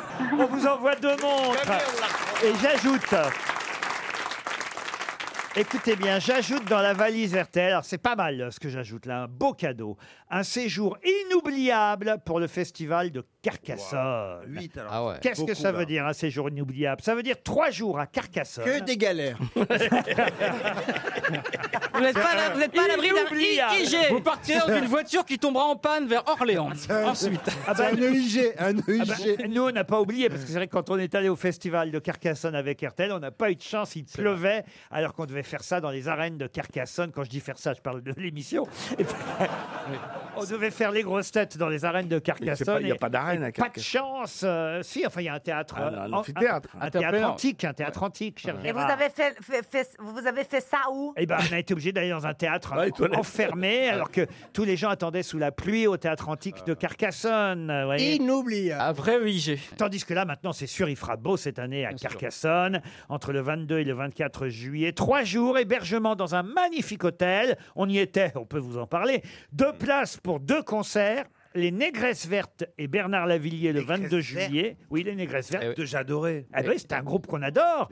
On vous envoie deux montres. Et j'ajoute. Écoutez bien, j'ajoute dans la valise RTL, alors c'est pas mal euh, ce que j'ajoute là, un beau cadeau, un séjour inoubliable pour le festival de Carcassonne.
Huit, alors.
Qu'est-ce que
Beaucoup,
ça
là.
veut dire un séjour inoubliable Ça veut dire trois jours à Carcassonne.
Que des galères.
Vous n'êtes pas là- vous n'êtes pas à l'abri d'un IIG.
Vous partirez dans une voiture qui tombera en panne vers Orléans. Ensuite.
Ah
E
EIG, un ben, ah nous, on n'a pas oublié, parce que c'est vrai que quand on est allé au festival de Carcassonne avec RTL, on n'a pas eu de chance, il pleuvait, alors qu'on devait faire ça dans les arènes de Carcassonne. Quand je dis faire ça, je parle de l'émission. Et puis, on devait faire les grosses têtes dans les arènes de Carcassonne.
il n'y a
et-
pas d'arène à
et Pas de
Carcassonne.
chance. euh, si, enfin, il y a un théâtre.
Ah,
euh,
un
en-
amphithéâtre.
Un, un
Un
théâtre
théâtre.
antique, un théâtre antique, cher
Et vous
Gérard.
avez fait, fait- fait- vous avez fait ça où
Eh ben, on a été obligé d'aller dans un théâtre
Ouais, les toilettes.
enfermé, alors que tous les gens attendaient sous la pluie au théâtre antique de Carcassonne. vous voyez.
Inoubliable.
Un vrai EIG.
Tandis que là, maintenant, c'est sûr, il fera beau cette année à Carcassonne, entre le 22 et le 24 juillet. Trois jours, hébergement dans un magnifique hôtel. On y était, on peut vous en parler. Deux places pour deux concerts. Les Négresses Vertes et Bernard Lavillier le 22 juillet. Oui, les Négresses Vertes.
Que j'adorais.
Ah ben, c'est un groupe qu'on adore.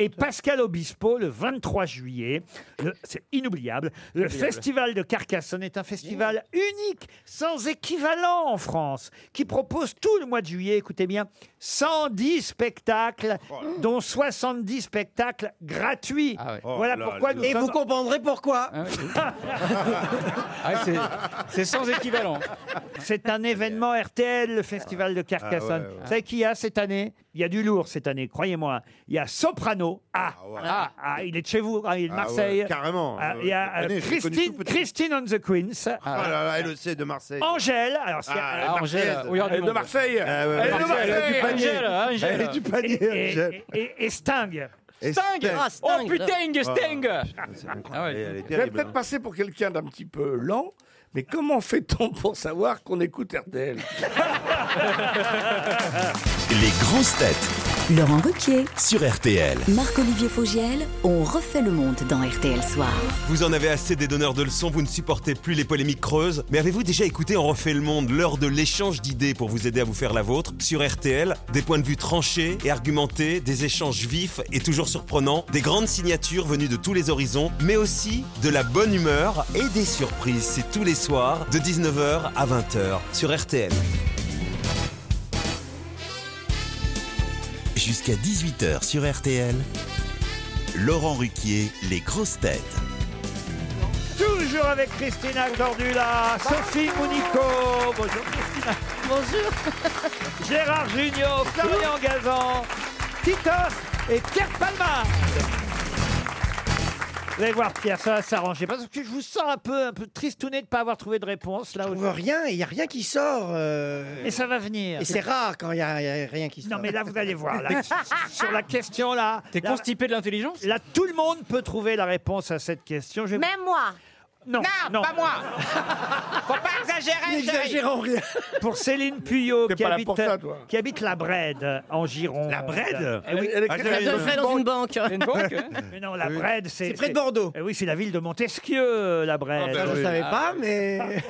et Pascal Obispo le 23 juillet. Le- C'est inoubliable. Le
Inoubliable.
festival de Carcassonne est un festival unique, sans équivalent en France, qui propose tout le mois de juillet, écoutez bien, 110 spectacles, dont 70 spectacles gratuits. voilà
là
pourquoi
là.
nous
Et
sommes- Ah
vous comprendrez pourquoi.
Ah, C'est sans équivalent.
C'est un événement RTL, le festival de Carcassonne.
Ah ouais, ouais.
Vous savez qui y a cette année Il y a du lourd cette année, croyez-moi. Il y a Soprano. Ah, ah, ah, il est de chez vous, ah, il est de
Ah ouais,
Marseille.
carrément.
Ah, il y a
Je connais,
euh,
je l'ai connu
Christine, Christine on the Queens.
Ah là là, elle aussi, de Marseille.
Angèle, alors c'est-
Ah,
euh,
Angèle,
Marseillaise.
oui, hors du Elle est de monde. Marseille. Ah ouais, Elle est de Marseille, elle est du Marseille. panier.
Angèle,
Elle est du panier,
Et- et-
Angèle.
Et, et Sting.
Et Sting. Sting. Ah,
Sting. Oh, putain, Sting.
Ah.
Elle est
Je vais
terrible. hein.
peut-être passer pour quelqu'un d'un petit peu lent, mais comment fait-on pour savoir qu'on écoute RTL
Les grosses têtes
Laurent Ruquier,
Sur RTL.
Marc-Olivier Fogiel, on refait le monde dans RTL Soir.
Vous en avez assez des donneurs de leçons, vous ne supportez plus les polémiques creuses. Mais avez-vous déjà écouté On refait le monde, l'heure de l'échange d'idées pour vous aider à vous faire la vôtre Sur RTL, des points de vue tranchés et argumentés, des échanges vifs et toujours surprenants, des grandes signatures venues de tous les horizons, mais aussi de la bonne humeur et des surprises. C'est tous les soirs de 19h à 20h sur RTL.
Jusqu'à 18h sur RTL, Laurent Ruquier, les grosses têtes.
Toujours avec Christina Gordula, Sophie Mounico, bonjour Christina. Bonjour. Gérard Junior, Florian Gazan, Titos et Pierre Palma. Vous allez voir Pierre, ça va s'arranger. Parce que je vous sens un peu, un peu tristouné de ne pas avoir trouvé de réponse là
On voit rien, il n'y a rien qui sort. euh.
Mais ça va venir.
Et c'est rare Ah, quand il n'y a, il y a rien qui sort.
Non, mais là, vous allez voir. là, sur la question, là.
T'es
constipé
de l'intelligence
Là, tout le monde peut trouver la réponse à cette question. Je vais-
Même moi.
Non,
non, pas moi. Faut pas exagérer, chérie.
Pour Céline Puyot, qui
pas là
habite,
pour ça, toi.
qui habite la Brède, en Gironde. La
Brède
Elle,
Ah, j'avais une
Fred dans une banque.
Mais non, la Brède, c'est...
Ah C'est près de Bordeaux.
Eh Oui, c'est la ville de Montesquieu, la Brède.
Ah, je ne savais pas, mais.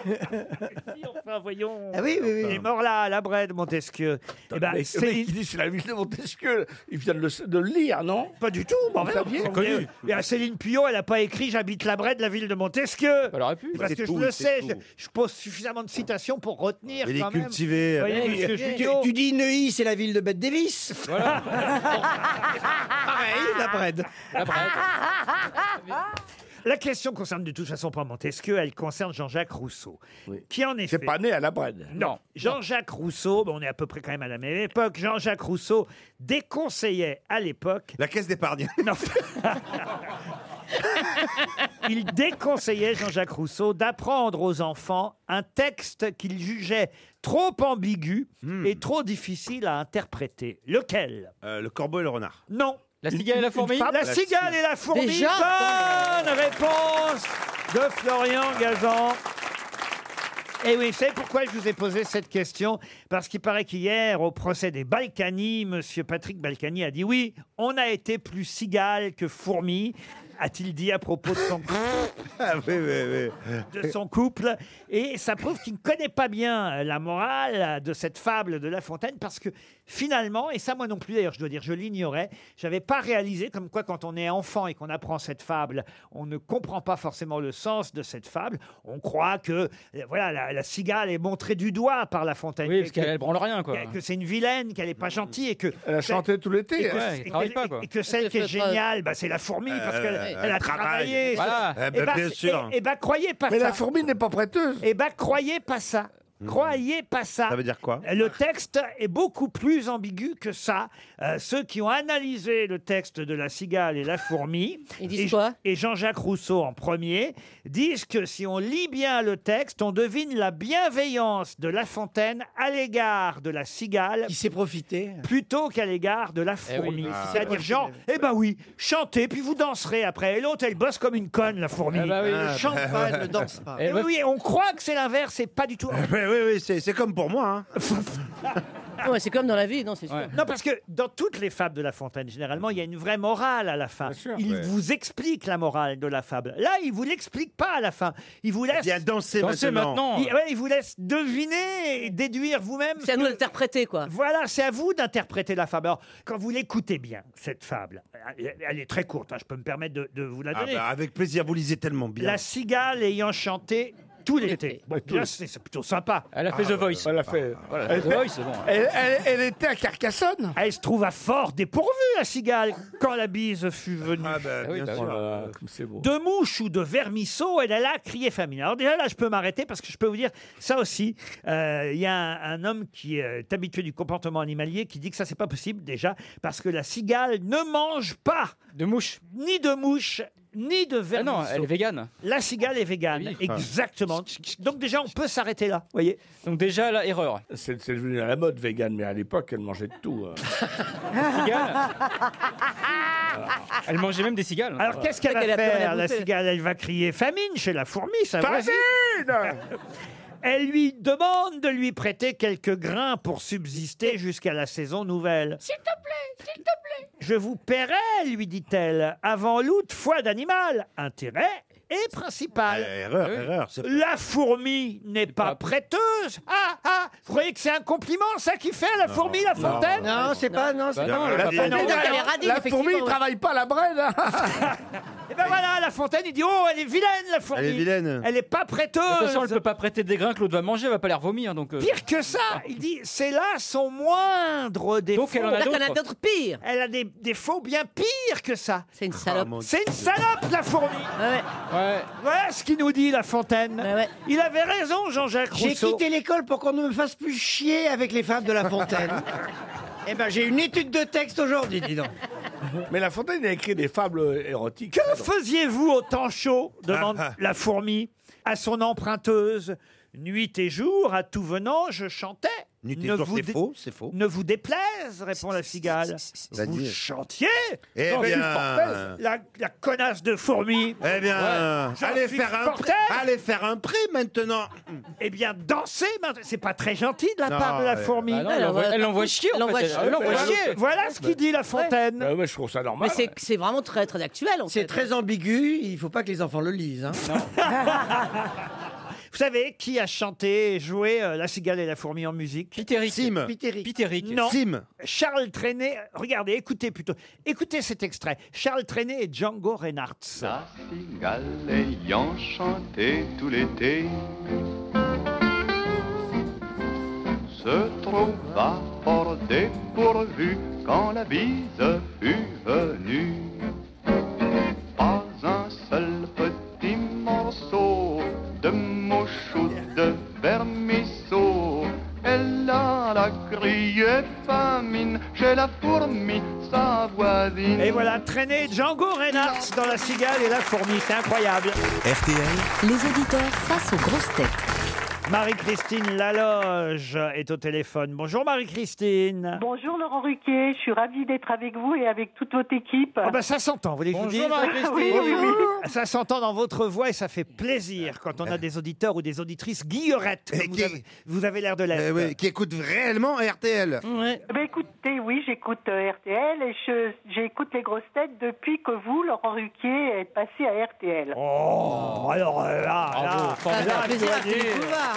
voyons.
Ah oui, oui, oui.
Il est mort là, à la Brède, Montesquieu. Eh ben,
Mais- mais
Céline...
il dit c'est la ville de Montesquieu. Il vient de le, de le lire, non
Pas du tout. Bon, mais non, vous voyez, mais, euh, Céline Puyot, elle n'a pas écrit J'habite la Brède, la ville de Montesquieu. Bah, Elle aurait pu. Parce
C'est
que
tout,
je le
c'est
sais,
tout.
je, je pose suffisamment de citations pour retenir.
Elle est
quand même.
cultivée.
Vous voyez,
Tu,
monsieur
tu-
Puyot.
tu dis Neuilly, c'est la ville de Bette Davis. Pareil, la Brède.
La question concerne de toute façon pas Montesquieu, elle concerne Jean-Jacques Rousseau, qui en effet... C'est
pas né à la Brède.
Non. Jean-Jacques Rousseau, bon, on est à peu près quand même à la même époque, Jean-Jacques Rousseau déconseillait à l'époque...
La caisse d'épargne.
Non. Il déconseillait Jean-Jacques Rousseau d'apprendre aux enfants un texte qu'il jugeait trop ambigu et trop difficile à interpréter. Lequel
Hmm. Euh, le corbeau et le renard.
Non.
La cigale et la fourmi
Une fable La cigale et la fourmi.
Déjà
Bonne réponse de Florian Gazan. Et oui, c'est pourquoi je vous ai posé cette question Parce qu'il paraît qu'hier, au procès des Balkany, M. Patrick Balkany a dit oui, on a été plus cigale que fourmi, a-t-il dit à propos de son, de son couple. Et ça prouve qu'il ne connaît pas bien euh, la morale de cette fable de La Fontaine, parce que finalement, et ça moi non plus d'ailleurs, je dois dire, je l'ignorais, j'avais pas réalisé comme quoi quand on est enfant et qu'on apprend cette fable, on ne comprend pas forcément le sens de cette fable. On croit que euh, voilà la, la cigale est montrée du doigt par La Fontaine.
Oui, parce
Et
qu'elle-
que-
elle branle rien, quoi.
Que, que c'est une vilaine, qu'elle n'est pas gentille et que.
Elle a chanté tout l'été. hein.
Et que,
Ouais,
et
elle
que-
travaille pas, quoi.
et que celle qui est géniale, bah, c'est la fourmi, parce
Euh,
qu'elle
elle
elle a
travaille.
travaillé.
Voilà. Eh ben,
Eh ben,
bien
c'est-
sûr.
eh- eh ben, croyez pas
Mais
ça.
la fourmi n'est pas prêteuse.
Eh ben, croyez pas ça. Croyez pas ça. Euh,
Ça veut dire quoi
Le texte est beaucoup plus ambigu que ça. Euh, ceux qui ont analysé le texte de la cigale et la fourmi, et, et Jean-Jacques Rousseau en premier, disent que si on lit bien le texte, on devine la bienveillance de La Fontaine à l'égard de la cigale. Qui s'est profité. Plutôt qu'à l'égard de la
Eh oui,
fourmi.
il s'est
C'est-à-dire,
profité.
genre, eh ben oui, chantez, puis vous danserez après. Et l'autre, elle bosse comme une conne, la fourmi.
Ah bah oui. Elle chante pas, elle ne danse pas.
Eh oui, oui, on croit que c'est l'inverse, c'est pas du tout.
Oui, oui, oui, c'est c'est comme pour moi. hein.
Ah Ouais, c'est comme dans la vie, non, c'est sûr. Non, parce que dans toutes les fables de La Fontaine, généralement, il y a une vraie morale à la fin. il
Ouais.
vous explique la morale de la fable. Là, il vous l'explique pas à la fin. Il vous laisse.
Viens danser Danser maintenant. maintenant.
Il, ouais, il vous laisse deviner et déduire vous-même. C'est à nous d'interpréter, quoi. Voilà, c'est à vous d'interpréter la fable. Alors, quand vous l'écoutez bien, cette fable, elle- elle est très courte, hein, je peux me permettre de, de vous la
Ah
donner.
bah, avec plaisir, vous lisez tellement bien.
La cigale ayant chanté tout l'été. Bon,
tout
là,
l'été.
c'est c'est plutôt sympa.
Elle a fait Ah, The Voice.
Elle a fait.
Voilà,
elle,
The Voice, c'est bon.
Ah,
hein.
hein.
elle- elle- elle était à Carcassonne.
Ah, Elle se trouve à fort dépourvue, la cigale, quand la bise fut venue.
Ah, ben, Eh bah
bien sûr.
Oh
De mouche ou de vermisseau, elle alla crier famine. Alors déjà là, je peux m'arrêter parce que je peux vous dire ça aussi. euh, Il y a un, un homme qui euh, est habitué du comportement animalier qui dit que ça c'est pas possible déjà parce que la cigale ne mange pas de mouche, ni de mouche, ni de vermisseau.
Ah elle est végane. Ah
La cigale est végane,
Oui.
exactement. Donc déjà on peut s'arrêter là, voyez.
Donc déjà, la erreur. C'est c'est devenu à la mode vegan, mais à l'époque, elle mangeait de tout. euh.
Elle mangeait même des cigales.
hein.
Alors qu'est-ce qu'elle va faire la cigale Elle va crier famine chez la fourmi, ça va Elle lui demande de lui prêter quelques grains pour subsister jusqu'à la saison nouvelle.
S'il te plaît, s'il
Je vous paierai, lui dit-elle, avant l'août, foi d'animal, intérêt et principal.
erreur, erreur, c'est-
La fourmi n'est pas prêteuse. Ah, ah, vous croyez que c'est un compliment, ça, qui fait à la
Non,
fourmi, la
non,
fontaine
non, c'est pas- non, c'est- non, elle est pas prêteuse.
non,
Donc, elle est
non.
radine, La fourmi, effectivement, ouais. travaille
pas la braise. Et ben voilà, la fontaine, il dit Oh, elle est vilaine, la fourmi.
Elle est vilaine.
Elle est pas prêteuse.
De toute façon, elle peut pas prêter des grains que l'autre va manger, elle va pas les revomir. Donc, euh,
Pire que ça, il dit c'est là son moindre défaut.
Donc, elle en a Elle en a d'autres. d'autres
pires. Elle a des défauts bien pires que ça. C'est une
salope. Ah, mon
c'est une salope la fourmi. Voilà ce qu'il nous dit la Fontaine. Il avait raison Jean-Jacques
J'ai
Rousseau.
quitté l'école pour qu'on ne me fasse plus chier avec les fables de La Fontaine. Eh ben, j'ai une étude de texte aujourd'hui, dis donc.
Mais La Fontaine, il a écrit des fables érotiques.
Que faisiez-vous au temps chaud demande
Ah,
la fourmi à son emprunteuse. Nuit et jour, à tout venant, je chantais.
Nuit et
Ne
jour,
vous
c'est
dé-
faux, c'est faux.
Ne vous déplaise, répond la cigale. Vous
Vas-y.
chantiez
Eh
J'en suis
bien.
fortaise. la, la connasse de fourmi.
Eh bien,
Ouais. J'en
allez,
suis
faire un prêt,
fortaise.
allez faire un prêt maintenant.
Eh bien, danser maintenant. C'est pas très gentil de la
Non,
Ah,
part de la
ouais.
fourmi.
Bah non, elle Elle l'envoie- l'envoie- elle l'envoie chier, en fait.
Elle l'envoie
Elle-
chier.
elle l'envoie chier.
Voilà ce qu'il dit la fontaine.
Bah je trouve ça normal.
Mais c'est- c'est vraiment très très actuel en fait.
C'est très ambigu, il faut pas que les enfants le lisent. hein.
Vous savez qui a chanté et joué euh, La cigale et la fourmi en musique Pitéric.
Sim.
Pitéric.
Non.
Sim.
Charles Trenet. Regardez, écoutez plutôt. Écoutez cet extrait. Charles Trenet et Django Reinhardt.
cigale ayant chanté tout l'été se trouva fort dépourvu quand la bise fut venue. Pas un seul petit morceau de mouche ou de vermisseau. Elle a la criée famine chez la fourmi, sa voisine.
Et voilà, Trenet et Django Reinhardt dans La cigale et la fourmi. C'est incroyable.
Les auditeurs face aux grosses têtes.
Marie-Christine Laloge est au téléphone. Bonjour Marie-Christine.
Bonjour Laurent Ruquier, je suis ravie d'être avec vous et avec toute votre équipe.
Ah bah ça s'entend, vous voulez que je vous
Bonjour,
dise
Marie-Christine. Oui, oui, oui.
Ça s'entend dans votre voix et ça fait plaisir quand on a des auditeurs ou des auditrices guillerettes. comme vous, avez, vous avez l'air de l'être.
Eh qui écoutent réellement RTL.
Bah, écoutez, oui, j'écoute euh, RTL et je- j'écoute les grosses têtes depuis que vous, Laurent Ruquier, êtes passé à RTL.
Oh, alors euh, là,
Bravo,
là,
Ah formidable.
là, je dois dire-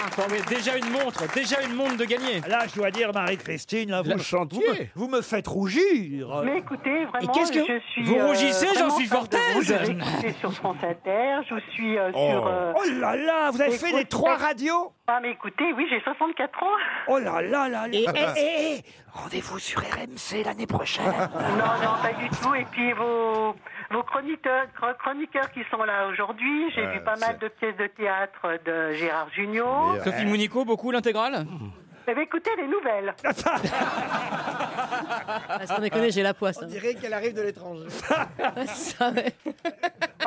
Formidable. déjà une montre, déjà une montre de gagner.
Là, je dois dire, Marie-Christine, là, vous,
La-
me- vous, me, vous me faites rougir.
Mais écoutez, vraiment,
qu'est-ce que-
je suis. euh,
Vous rougissez, j'en
vraiment
suis
fan de vous. Je
fortaise.
vous ai écouté sur France Inter, je vous suis euh,
Oh.
sur. euh,
Oh là là, vous avez fait les
grosses
trois
têtes.
radios
Ah, mais écoutez, oui, j'ai 64 ans.
Oh là là là là.
Et- et- et-
Rendez-vous sur RMC l'année prochaine.
Non, non, pas du tout. Et puis vos, vos chroniqueurs, chro- chroniqueurs qui sont là aujourd'hui, j'ai
Ouais,
vu pas mal de pièces de théâtre de Gérard Jugnot.
Sophie Mounico, beaucoup l'intégrale
Eh bien, écoutez les nouvelles.
Parce qu'on déconne, j'ai la poisse. hein.
On dirait qu'elle arrive de l'étranger.
Par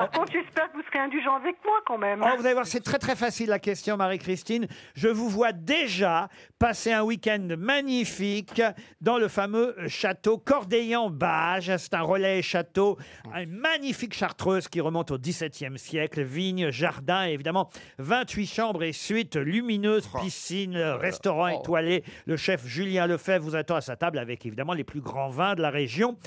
contre, j'espère que vous serez indulgents avec moi quand même.
Oh, vous allez voir, c'est très très facile la question, Marie-Christine. Je vous vois déjà passer un week-end magnifique dans le fameux château Cordeillan-Bage. C'est un relais château, une magnifique chartreuse qui remonte au XVIIe siècle. Vignes, jardins, et évidemment, 28 chambres et suites lumineuses, piscine, restaurant étoilé. Le chef Julien Lefebvre vous attend à sa table avec évidemment les plus grands vins de la région.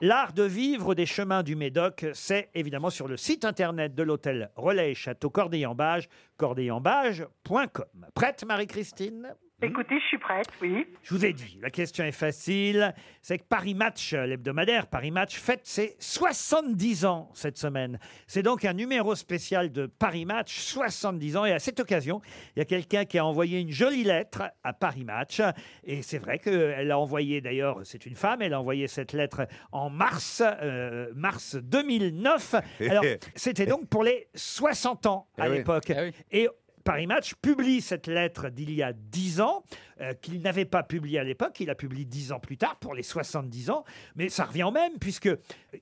L'art de vivre des chemins du Médoc, c'est évidemment sur le site internet de l'hôtel Relais Château Corday-en-Bage, cordeillanbage.com. Prête, Marie-Christine Hmm
Écoutez, je suis prête, oui.
je vous ai dit, la question est facile. C'est que Paris Match, l'hebdomadaire Paris Match, fête ses 70 ans cette semaine. C'est donc un numéro spécial de Paris Match, 70 ans. Et à cette occasion, il y a quelqu'un qui a envoyé une jolie lettre à Paris Match. Et c'est vrai qu'elle a envoyé, d'ailleurs, c'est une femme, elle a envoyé cette lettre en mars, euh, mars 2009. Alors, c'était donc pour les 60 ans à
Eh oui.
l'époque. Et Paris Match publie cette lettre d'il y a 10 ans, euh, qu'il n'avait pas publiée à l'époque, il la publie 10 ans plus tard, pour les 70 ans, mais ça revient au même, puisque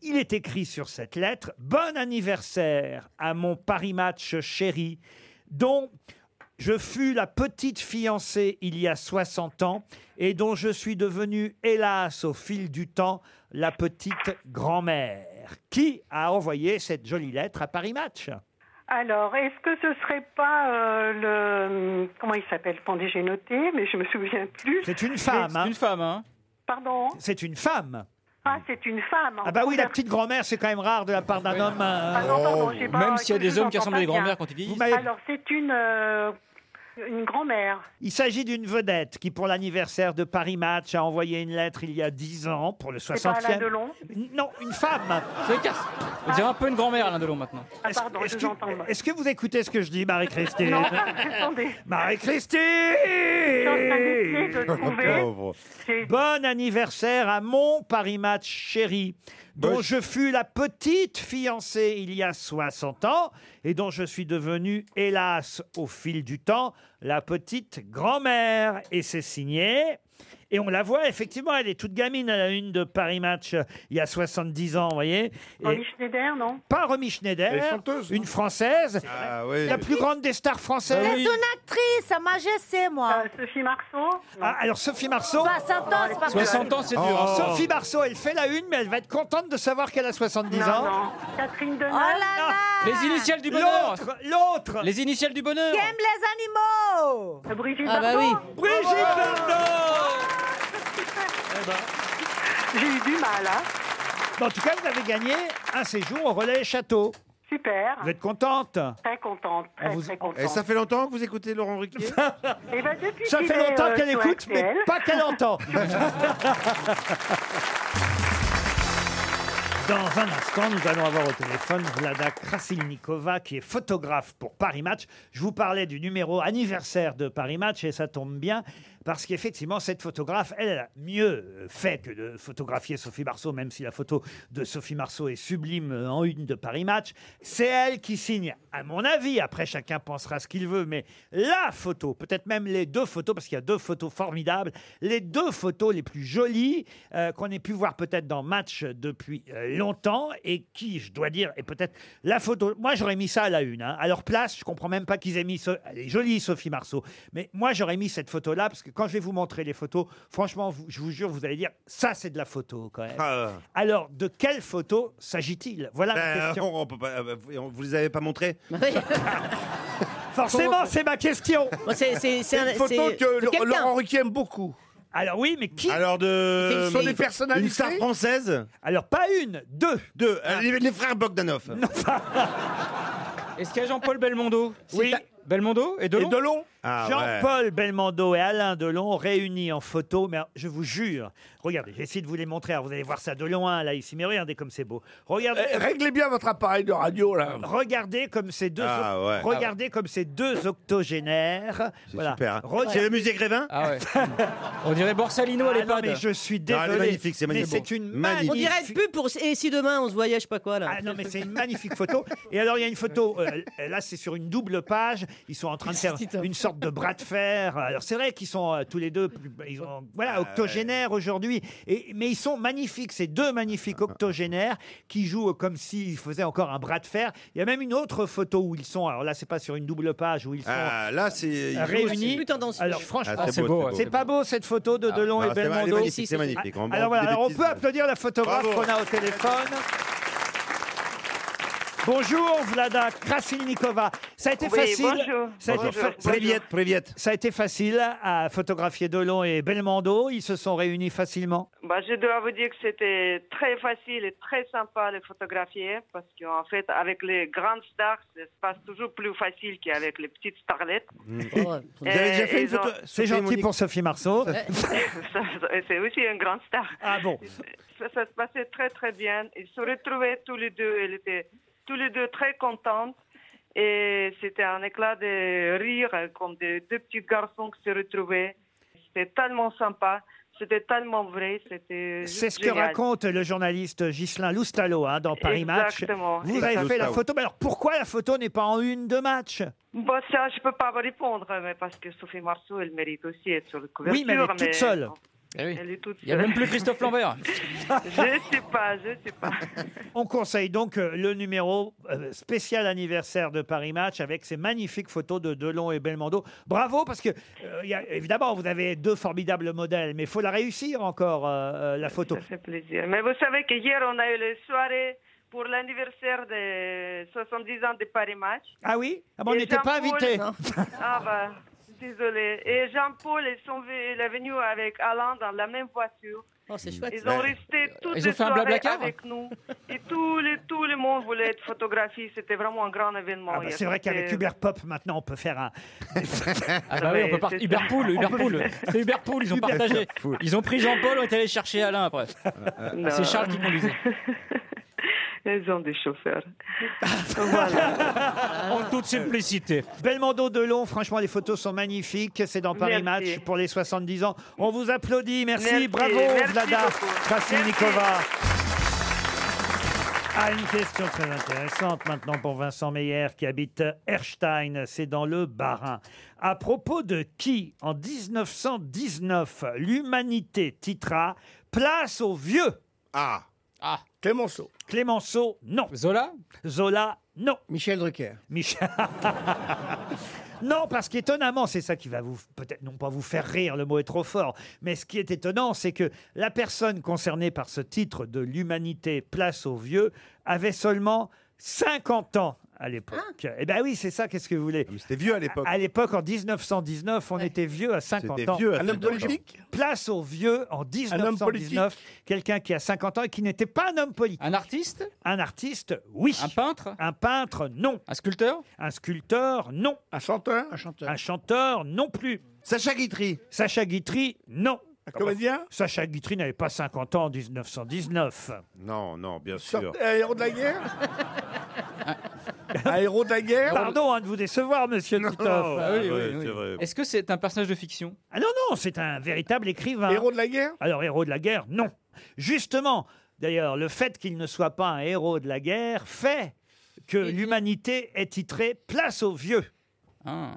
il est écrit sur cette lettre « Bon anniversaire à mon Paris Match chéri, dont je fus la petite fiancée il y a 60 ans, et dont je suis devenue, hélas, au fil du temps, la petite grand-mère. » Qui a envoyé cette jolie lettre à Paris Match
Alors, est-ce que ce serait pas euh, le. Comment il s'appelle Attendez, j'ai noté, mais je me souviens plus.
C'est une femme,
Mais-
hein.
Une femme, hein
Pardon
C'est une femme.
Ah, c'est une femme. en
Ah bah oui, la
couleur.
petite grand-mère, c'est quand même rare de la part d'un homme. hein.
Ah non, pardon, j'ai pas- je vous entends pas bien.
Vous m'avez-
Alors, c'est une, euh, une grand-mère.
Il s'agit d'une vedette qui, pour l'anniversaire de Paris Match, a envoyé une lettre il y a 10 ans pour le
C'est pas
60e.
Alain Delon
Non, une femme.
On dirait un peu une grand-mère, Alain Delon, maintenant.
Ah, pardon, je
Est-ce
vous entends.
que, est-ce que vous écoutez ce que je dis, Marie-Christine
Non, attendez.
Marie-Christine Oh,
Je suis en train d'essayer de trouver.
Bon anniversaire à mon Paris Match chéri, dont je fus la petite fiancée il y a 60 ans et dont je suis devenue, hélas, au fil du temps, la petite grand-mère. Et c'est signé. Et on la voit, effectivement, elle est toute gamine à la une de Paris Match euh, il y a 70 ans, vous voyez. Et
Henri Schneider, non
pas Romy Schneider,
Elle est chanteuse, hein. Ah
une française, la plus grande des stars françaises.
Bah
Ah
C'est une actrice, à ma GC, moi.
Sophie Marceau
Ah, alors Sophie Marceau. Oh.
60 ans, c'est pas 60 possible. ans, c'est dur, hein.
Sophie Marceau, elle fait la une, mais elle va être contente de savoir qu'elle a 70 ans.
Catherine Deneuve.
Ah,
Les initiales du bonheur. L'autre, l'autre. Les initiales du bonheur.
Qui aime les animaux
Brigitte
Ah bah Bardot. oui.
Brigitte
J'ai eu du mal, hein.
Bon, En tout cas, vous avez gagné un séjour au relais château.
Super.
Vous êtes contente
Très contente, très,
On vous- Eh,
très contente.
Et ça
fait longtemps que vous écoutez Laurent Ruquier
Eh ben, depuis
Ça
qu'il
fait
est,
longtemps
euh,
qu'elle
sur
écoute, mais
RTL.
pas qu'elle entend. Dans un instant, nous allons avoir au téléphone Vlada Krasilnikova, qui est photographe pour Paris Match. Je vous parlais du numéro anniversaire de Paris Match et ça tombe bien parce qu'effectivement, cette photographe, elle a mieux fait que de photographier Sophie Marceau, même si la photo de Sophie Marceau est sublime euh, en une de Paris Match. C'est elle qui signe, à mon avis, après chacun pensera ce qu'il veut, mais la photo, peut-être même les deux photos, parce qu'il y a deux photos formidables, les deux photos les plus jolies euh, qu'on ait pu voir peut-être dans Match depuis euh, longtemps et qui, je dois dire, est peut-être la photo. Moi, j'aurais mis ça à la une. hein. À leur place, je comprends même pas qu'ils aient mis. ce- Elle est jolie, Sophie Marceau. Mais moi, j'aurais mis cette photo-là parce que quand je vais vous montrer les photos, franchement, vous- je vous jure, vous allez dire, ça, c'est de la photo quand même.
Ah.
Alors, de quelle photo s'agit-il Voilà
Ben,
ma question.
on- on peut pas- euh, on- vous les avez pas montrés
Bah
Forcément, c'est ma question.
Bon, c'est- c'est- c'est
Une
un-
photo
c'est-
que
de
Laurent-
quelqu'un.
Laurent
Ruquier aime beaucoup. Alors oui, mais qui
Alors de.
Ce sont des
Une
personnalités
star française
Alors pas une, deux.
Deux. Euh, Les, les frères Bogdanov.
Est-ce qu'il y a Jean-Paul Belmondo
Oui.
Belmondo et Delon
Ah,
Jean-Paul Belmondo et Alain Delon réunis en photo, mais je vous jure, regardez, j'essaie de vous les montrer, alors vous allez voir ça de loin, là, ici, mais regardez comme c'est beau. Regardez,
Eh, réglez bien votre appareil de radio, là.
regardez comme ces deux,
Ah,
oc-
ouais.
regardez comme ces deux octogénaires. Voilà.
super, hein.
Regardez-
C'est le musée Grévin
Ah ouais. On dirait Borsalino
à
Ah Non,
l'EHPAD.
mais je suis
Non, elle est
désolé.
magnifique, c'est magnifique.
Mais c'est une
Magnifique.
On dirait une pub pour. Et si demain on se voyait, je sais pas quoi là.
Ah non, mais c'est une magnifique photo. Et alors, il y a une photo, euh, là, c'est sur une double page. Ils sont en train de faire une sorte de bras de fer. Alors, c'est vrai qu'ils sont euh, tous les deux, plus- ils ont, voilà, octogénaires aujourd'hui. Et- Mais ils sont magnifiques, ces deux magnifiques octogénaires qui jouent euh, comme s'ils faisaient encore un bras de fer. Il y a même une autre photo où ils sont, alors là, c'est pas sur une double page, où ils sont
Ah, là, c'est. ils jouent aussi.
réunis. Alors franchement,
Ah, c'est beau,
c'est pas beau cette photo de
Ah,
Delon
non,
et
c'est- elle est
Belmondo. Ah,
magnifique, Si, si, c'est si. magnifique. On
Alors
montre
voilà,
des
alors on
bêtises.
peut applaudir la photographe
Bravo.
qu'on a au téléphone. Bonjour Vlada Krasilnikova. Ça a été
Oui,
facile.
bonjour.
Ça a été
Bonjour.
fa-
Priviette, priviette.
Ça a été facile à photographier Delon et Belmondo. Ils se sont réunis facilement.
Bah, je dois vous dire que c'était très facile et très sympa de photographier parce qu'en fait, avec les grandes stars, ça se passe toujours plus facile qu'avec les petites starlettes.
Hmm.
Vous
avez
Euh,
déjà fait une photo-
C'est gentil pour Sophie Marceau.
Ça, ça, C'est aussi une grande star.
Ah bon
Ça, ça se passait très très bien. Ils se retrouvaient tous les deux. Ils étaient tous les deux très contents. Et c'était un éclat de rire, hein, comme des deux petits garçons qui se retrouvaient. C'était tellement sympa. C'était tellement vrai. C'était
C'est
juste
ce que
génial.
raconte le journaliste Ghislain Loustalo hein, dans Paris
Exactement.
Match. Vous avez fait la
Loustalo.
photo. Mais alors pourquoi la photo n'est pas en une de match
Bon, Bah, ça, je peux pas vous répondre, hein, mais parce que Sophie Marceau, elle mérite aussi être sur le couverture.
Oui, mais elle est toute seule.
Elle est toute
Eh Il y a
seule.
même plus Christophe Lambert.
je sais pas, je sais
Ah bah
pas.
On conseille donc euh, le numéro euh, spécial anniversaire de Paris Match avec ces magnifiques photos de Delon et Belmondo. Bravo parce que euh, il y a- évidemment vous avez deux formidables modèles, mais il faut la réussir encore euh, euh, la photo.
Ça fait plaisir. Mais vous savez que hier, on a eu la soirée pour l'anniversaire des 70 ans de Paris Match.
Ah oui Ah bon, on
Et
n'était pas
Jean-Paul-
invité.
Ah bah, désolé. Et Jean-Paul, ils sont ve- il est venu avec Alain dans la même voiture.
Oh, c'est chouette.
Ils ont resté toutes
Ils ont
les
fait un
soirées
Blablacar
avec nous. Et tout le, tout le monde voulait être photographié. C'était vraiment un grand événement.
Ah bah,
Il y a euh,
c'est vrai
toutes
qu'avec
les-
Uberpop, maintenant, on peut faire un.
Ah bah oui, on peut part- Uberpool, Uberpool. C'est Uberpool, ils ont partagé. Ils ont pris Jean-Paul, on est allé chercher Alain après.
Non.
C'est Charles qui conduisait.
Ils ont des chauffeurs. Ah.
en toute simplicité. Belmondo Delon, franchement, les photos sont magnifiques. C'est dans Paris
Merci.
Match pour les 70 ans. On vous applaudit. Merci.
Merci.
Bravo,
Merci
Vlada
beaucoup.
Krasninikova. Ah, une question très intéressante maintenant pour Vincent Meyer qui habite Erstein, c'est dans le Bas-Rhin. À propos de qui, en 1919, l'humanité titra Place aux vieux Ah Ah Clémenceau. Clémenceau, non. Zola Zola, non. Michel Drucker. Michel. Non, parce qu'étonnamment, c'est ça qui va vous, peut-être non pas vous faire rire, le mot est trop fort, mais ce qui est étonnant, c'est que la personne concernée par ce titre de l'humanité place aux vieux avait seulement 50 ans à l'époque.
Ah.
Eh ben oui, c'est ça, qu'est-ce que vous voulez C'était vieux à l'époque. À l'époque, en 1919, on était vieux à 50
C'était
ans.
vieux à Un homme 50 ans. politique
Place aux vieux en
homme politique
1919. Quelqu'un qui a 50 ans et qui n'était pas un homme politique. Un artiste Un artiste, oui. Un peintre Un peintre, non. Un sculpteur Un sculpteur, non. Un chanteur Un chanteur. Un chanteur, non plus. Sacha Guitry Sacha Guitry, non. Un
comédien
Sacha Guitry n'avait pas 50 ans en 1919.
Non, non, bien sûr.
Un héros Euh, de la guerre Un héros de la guerre
Pardon hein, de vous décevoir, monsieur Titoff.
Ah oui, oui, oui. Est-ce que c'est un personnage de fiction
Ah non, non, c'est un véritable écrivain. Héros de la guerre Alors, héros de la guerre, non. Justement, d'ailleurs, le fait qu'il ne soit pas un héros de la guerre fait que l'humanité est titrée Place aux vieux.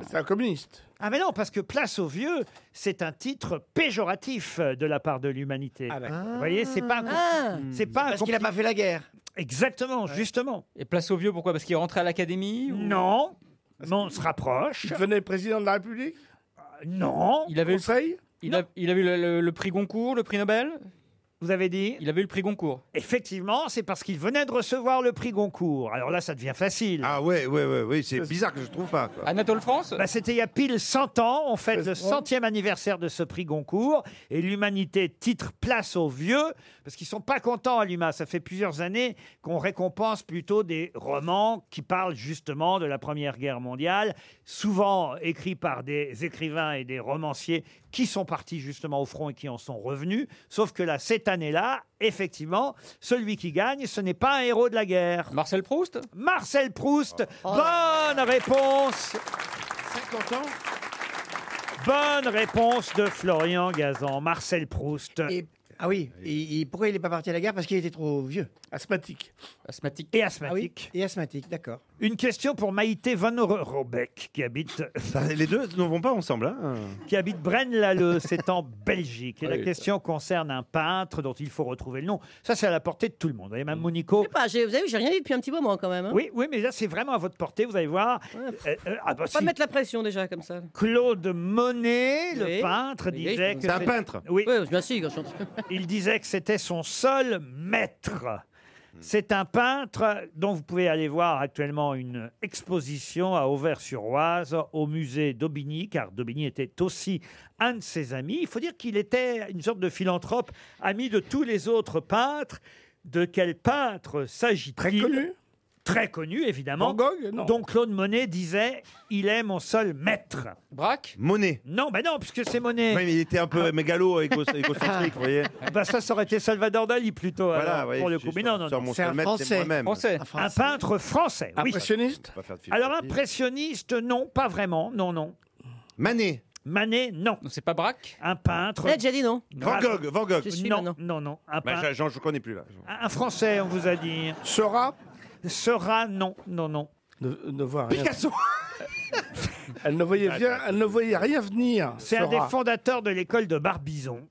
C'est un communiste. Ah mais non, parce que Place aux vieux, c'est un titre péjoratif de la part de l'humanité. Vous voyez, c'est pas un...
Ah.
c'est pas
Parce qu'il a pas fait la guerre.
Exactement, justement.
Et place aux vieux, pourquoi Parce qu'il est rentré à l'académie
Non, mais on se rapproche.
Il
Euh,
devenait président de la République
Non.
Il avait eu, il, a, il avait eu le, le- le prix Goncourt, le prix Nobel
Vous avez dit
Il avait eu le prix Goncourt.
Effectivement, c'est parce qu'il venait de recevoir le prix Goncourt. Alors là, ça devient facile. Ah ouais, ouais, ouais, c'est bizarre que je trouve pas.
Anatole France
Bah, C'était il y a pile 100 ans, on fête le
Ouais.
centième anniversaire de ce prix Goncourt, et l'humanité titre place aux vieux, parce qu'ils sont pas contents à l'UMA. Ça fait plusieurs années qu'on récompense plutôt des romans qui parlent justement de la Première Guerre mondiale, souvent écrits par des écrivains et des romanciers qui sont partis justement au front et qui en sont revenus. Sauf que là, cette année-là, effectivement, celui qui gagne, ce n'est pas un héros de la guerre.
Marcel Proust Oh,
Marcel Proust. Bonne réponse.
50 ans
Bonne réponse de Florian Gazan. Marcel Proust.
Et- Ah oui, et- et pourquoi il n'est pas parti à la guerre Parce qu'il était trop vieux. Asthmatique.
Asthmatique.
Et asthmatique.
et asthmatique, d'accord.
Une question pour Maïté Van Robeck qui habite.
les deux ne vont pas ensemble. Hein
Qui habite Braine-l'Alleud, c'est en Belgique. Et la
Oui.
question concerne un peintre dont il faut retrouver le nom. Ça, c'est à la portée de tout le monde. Vous voyez, même Monico.
Mm.
Bah,
Pas, j'ai- vous avez vu, j'ai rien dit depuis un petit moment quand même. hein.
Oui, oui, mais là, c'est vraiment à votre portée, vous allez voir. Euh, euh, ah, bah,
Faut Pas
si.
mettre la pression déjà comme ça.
Claude Monet, le
Oui.
peintre,
Oui.
disait que.
C'est un
c'est-
peintre.
Oui.
bien sûr.
Il disait que c'était son seul maître.
Hmm.
C'est un peintre dont vous pouvez aller voir actuellement une exposition à Auvers-sur-Oise au musée d'Aubigny, car d'Aubigny était aussi un de ses amis. Il faut dire qu'il était une sorte de philanthrope, ami de tous les autres peintres. De quel peintre s'agit-il Très connu Très connu,
Van
évidemment.
Gogh, non.
dont Claude Monet disait Il est mon seul maître.
Braque
Monet. Non, bah non, puisque c'est Monet.
Oui, mais il était un peu mégalo, égo- égocentrique, vous voyez.
Bah ça, ça aurait été Salvador Dali plutôt.
Voilà,
alors,
voyez,
pour le
je
coup.
suis
Mais
sur-
non, non,
sur
non.
mon C'est un seul maître, c'est Français. moi-même. Français. Un
Un
Français.
peintre français. Oui.
Impressionniste On va faire de film.
Alors impressionniste, non, pas vraiment, non, non. Manet. Manet, non.
C'est pas Braque.
Un peintre.
On a déjà dit non.
Van Gogh, Van Gogh.
non, non, non. Un,
Bah,
peintre-
je- Jean, je connais plus là.
un français, on vous a dit. Sera. Sera, non, non, non.
Ne, ne voit rien.
Picasso.
elle, ne voyait bien, elle ne voyait rien venir.
C'est un des
Sora.
fondateurs de l'école de Barbizon.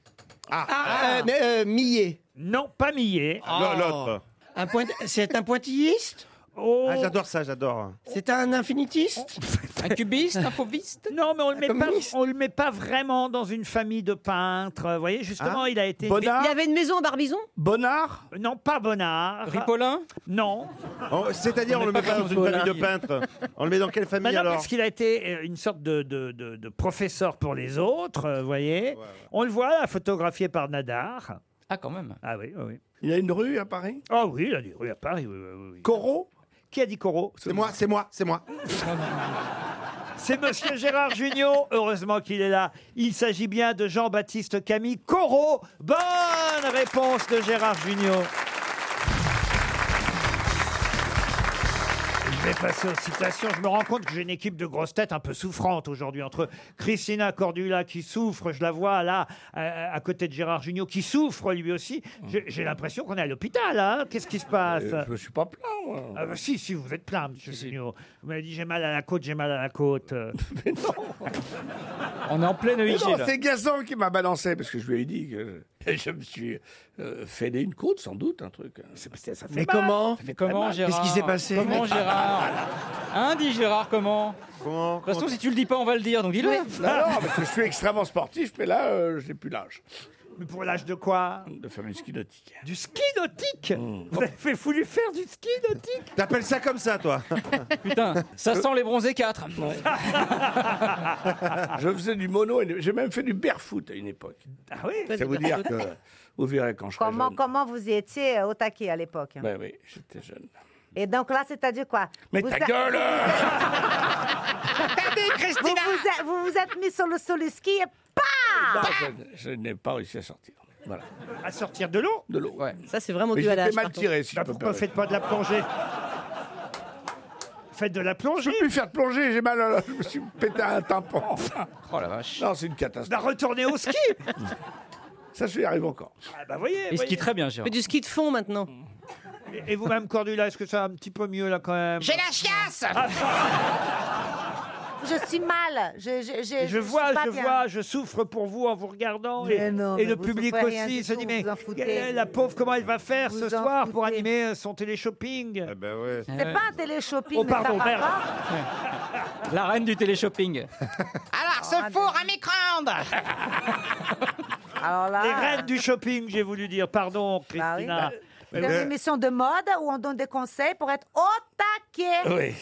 Ah,
euh, mais,
Millet. Non, pas Millet.
Ah. L'autre. Un point... C'est un pointilliste
Oh.
Ah, j'adore ça, j'adore.
C'est un infinitiste
Un cubiste Un fauviste
Non, mais on le met pas, on le met pas vraiment dans une famille de peintres. Vous voyez, justement,
Ah.
il a été.
Il y avait une maison à Barbizon
Bonnard Non, pas Bonnard.
Ripollin
Non.
On- Oh, C'est-à-dire, on,
On
le
n'est
met
pas
pas dans une
footballeur.
famille de peintres. On le met dans quelle famille
Bah non,
alors
parce qu'il a été euh, une sorte de, de- euh, de- de professeur pour les autres, vous voyez. On le voit là, photographié par Nadar. Ah, quand même. Ah oui, oui.
Il y a une rue à Paris
Ah oui, il y a des rues à Paris. Oui, oui, oui. Corot Qui a dit Corot
C'est moi, c'est moi, c'est moi.
C'est Monsieur Gérard Junior. Heureusement qu'il est là. Il s'agit bien de Jean-Baptiste Camille Corot. Bonne réponse de Gérard Junior. Je vais passer aux citations. Je me rends compte que j'ai une équipe de grosses têtes un peu souffrante aujourd'hui. Entre Christina Cordula qui souffre, je la vois là, euh, à côté de Gérard Junior qui souffre lui aussi. J'ai j'ai l'impression qu'on est à l'hôpital. hein. Qu'est-ce qui se passe
Euh, je suis pas plein, moi.
Ah bah si, si, vous êtes plein, monsieur Junior. Vous m'avez dit j'ai mal à la côte, j'ai mal à la côte. Mais non On est en pleine
Mais
EIG.
non,
là.
c'est Gazan qui m'a balancé parce que je lui ai dit que je, je me suis euh, fêlé une côte, sans doute, un truc. C'est- c'est- ça fait
Mais
mal.
comment
Ça fait
Comment,
mal.
Gérard
Qu'est-ce qui s'est passé
Comment,
Gérard Hein, dis Gérard, comment
Comment
De toute façon, si tu le dis pas, on va le dire, donc dis-le.
Oui. Non, non, parce que je suis extrêmement sportif, mais là, euh, j'ai plus l'âge.
Mais pour l'âge de quoi
De faire du ski nautique. Mm.
Du ski nautique Vous avez fait- voulu faire du ski nautique
T'appelles ça comme ça, toi
Putain, ça sent les bronzés 4.
je faisais du mono, et j'ai même fait du barefoot à une époque.
Ah oui
Ça vous dire que vous verrez quand je serai
Comment,
jeune.
comment vous y étiez euh, au taquet à l'époque
Ben oui, j'étais jeune.
Et donc là, c'est-à-dire quoi
Mais
Vous
ta
a-
gueule
vous, vous, êtes- vous vous êtes mis sur le, sur le ski et
euh, Non,
PAM
je, je n'ai pas réussi à sortir. Voilà.
À sortir de l'eau
De l'eau.
Ça, c'est vraiment
Mais
dû à
j'étais
l'âge.
mal
par contre.
tiré, si
Bah,
je peux
pourquoi
permettre.
faites pas de la plongée Faites de la plongée Je
peux plus faire de plongée, j'ai mal, à la- je me suis pété un tympan.
Oh la vache.
Non, c'est une catastrophe.
retournez au ski
Ça, je y arrive encore.
Ah bah voyez,
Il skie
voyez.
très bien, Gérard.
Mais du ski de fond maintenant.
Et vous-même, Cordula, est-ce que ça va un petit peu mieux là quand même
la chiasse Je suis mal. Je, je, je, suis
Je vois,
pas
je
bien.
vois, je souffre pour vous en vous regardant. Et,
Mais non,
et
mais
le
vous
public
souffrez rien
aussi
du
se
tout,
dit Mais
vous en foutez.
quelle- la pauvre, comment elle va faire ce
Vous en
soir pour animer euh, son télé-shopping
C'est pas un télé-shopping,
Oh,
mais
pardon,
ça va
merde.
pas.
La reine du téléshopping.
Alors,
Ah,
ce four à micro-ondes
Alors là, ah
Les reines du shopping, j'ai voulu dire. Pardon,
Bah
Christina. Euh,
c'est une émission de mode où on donne des conseils pour être au taquet.
Oui.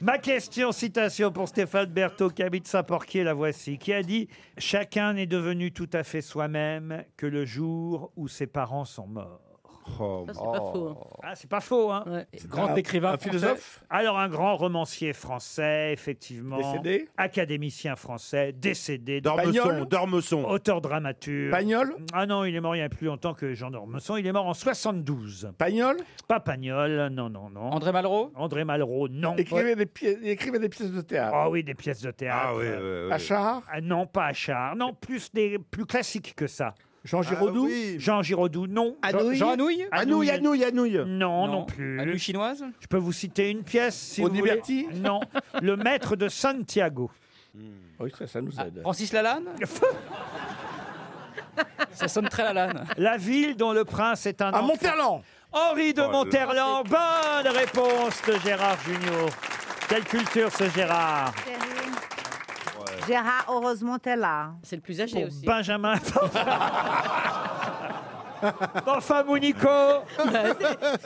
Ma question, citation pour Stéphane Berthaud, qui habite Saint-Porquier, la voici, qui a dit « Chacun n'est devenu tout à fait soi-même que le jour où ses parents sont morts.
Oh,
Ça, c'est pas faux. hein.
Ah, c'est pas faux, hein
Oh. Grand un- écrivain un français. philosophe
Alors, un grand romancier français, effectivement.
Décédé
Académicien français, décédé.
Dormeson, Pagnol
Dormeson. Auteur dramaturge.
Pagnol
Ah non, il est mort il y a plus longtemps que Jean Dormeson. Il est mort en 72. Pagnol Pas Pagnol, non, non, non. André Malraux André Malraux, non.
Écrivait des pièces, il écrivait des pièces de théâtre.
Ah oui, des pièces de théâtre.
Ah oui, oui, oui. Achard
Ah Non, pas Achard. Non, plus des plus classiques que ça.
Ah
Jean
Giraudoux
Jean Giraudoux, non.
Anouilh
Jean
Anouilh, Anouilh,
Non, non, plus. Anouille
chinoise
Je peux vous citer une pièce si vous voulez.
Oniberti
Non. Le maître de Santiago.
Hmm. Oui, ça, ça nous aide.
Francis Lalanne Ça sonne très Lalanne.
La ville dont le prince est un
À
enfant.
Monterland.
Henri de
Oh là.
Monterland. Bonne réponse de Gérard Junior. Quelle culture ce Gérard
Gérard, heureusement, t'es là.
C'est le plus âgé
Pour Benjamin. enfin, Monico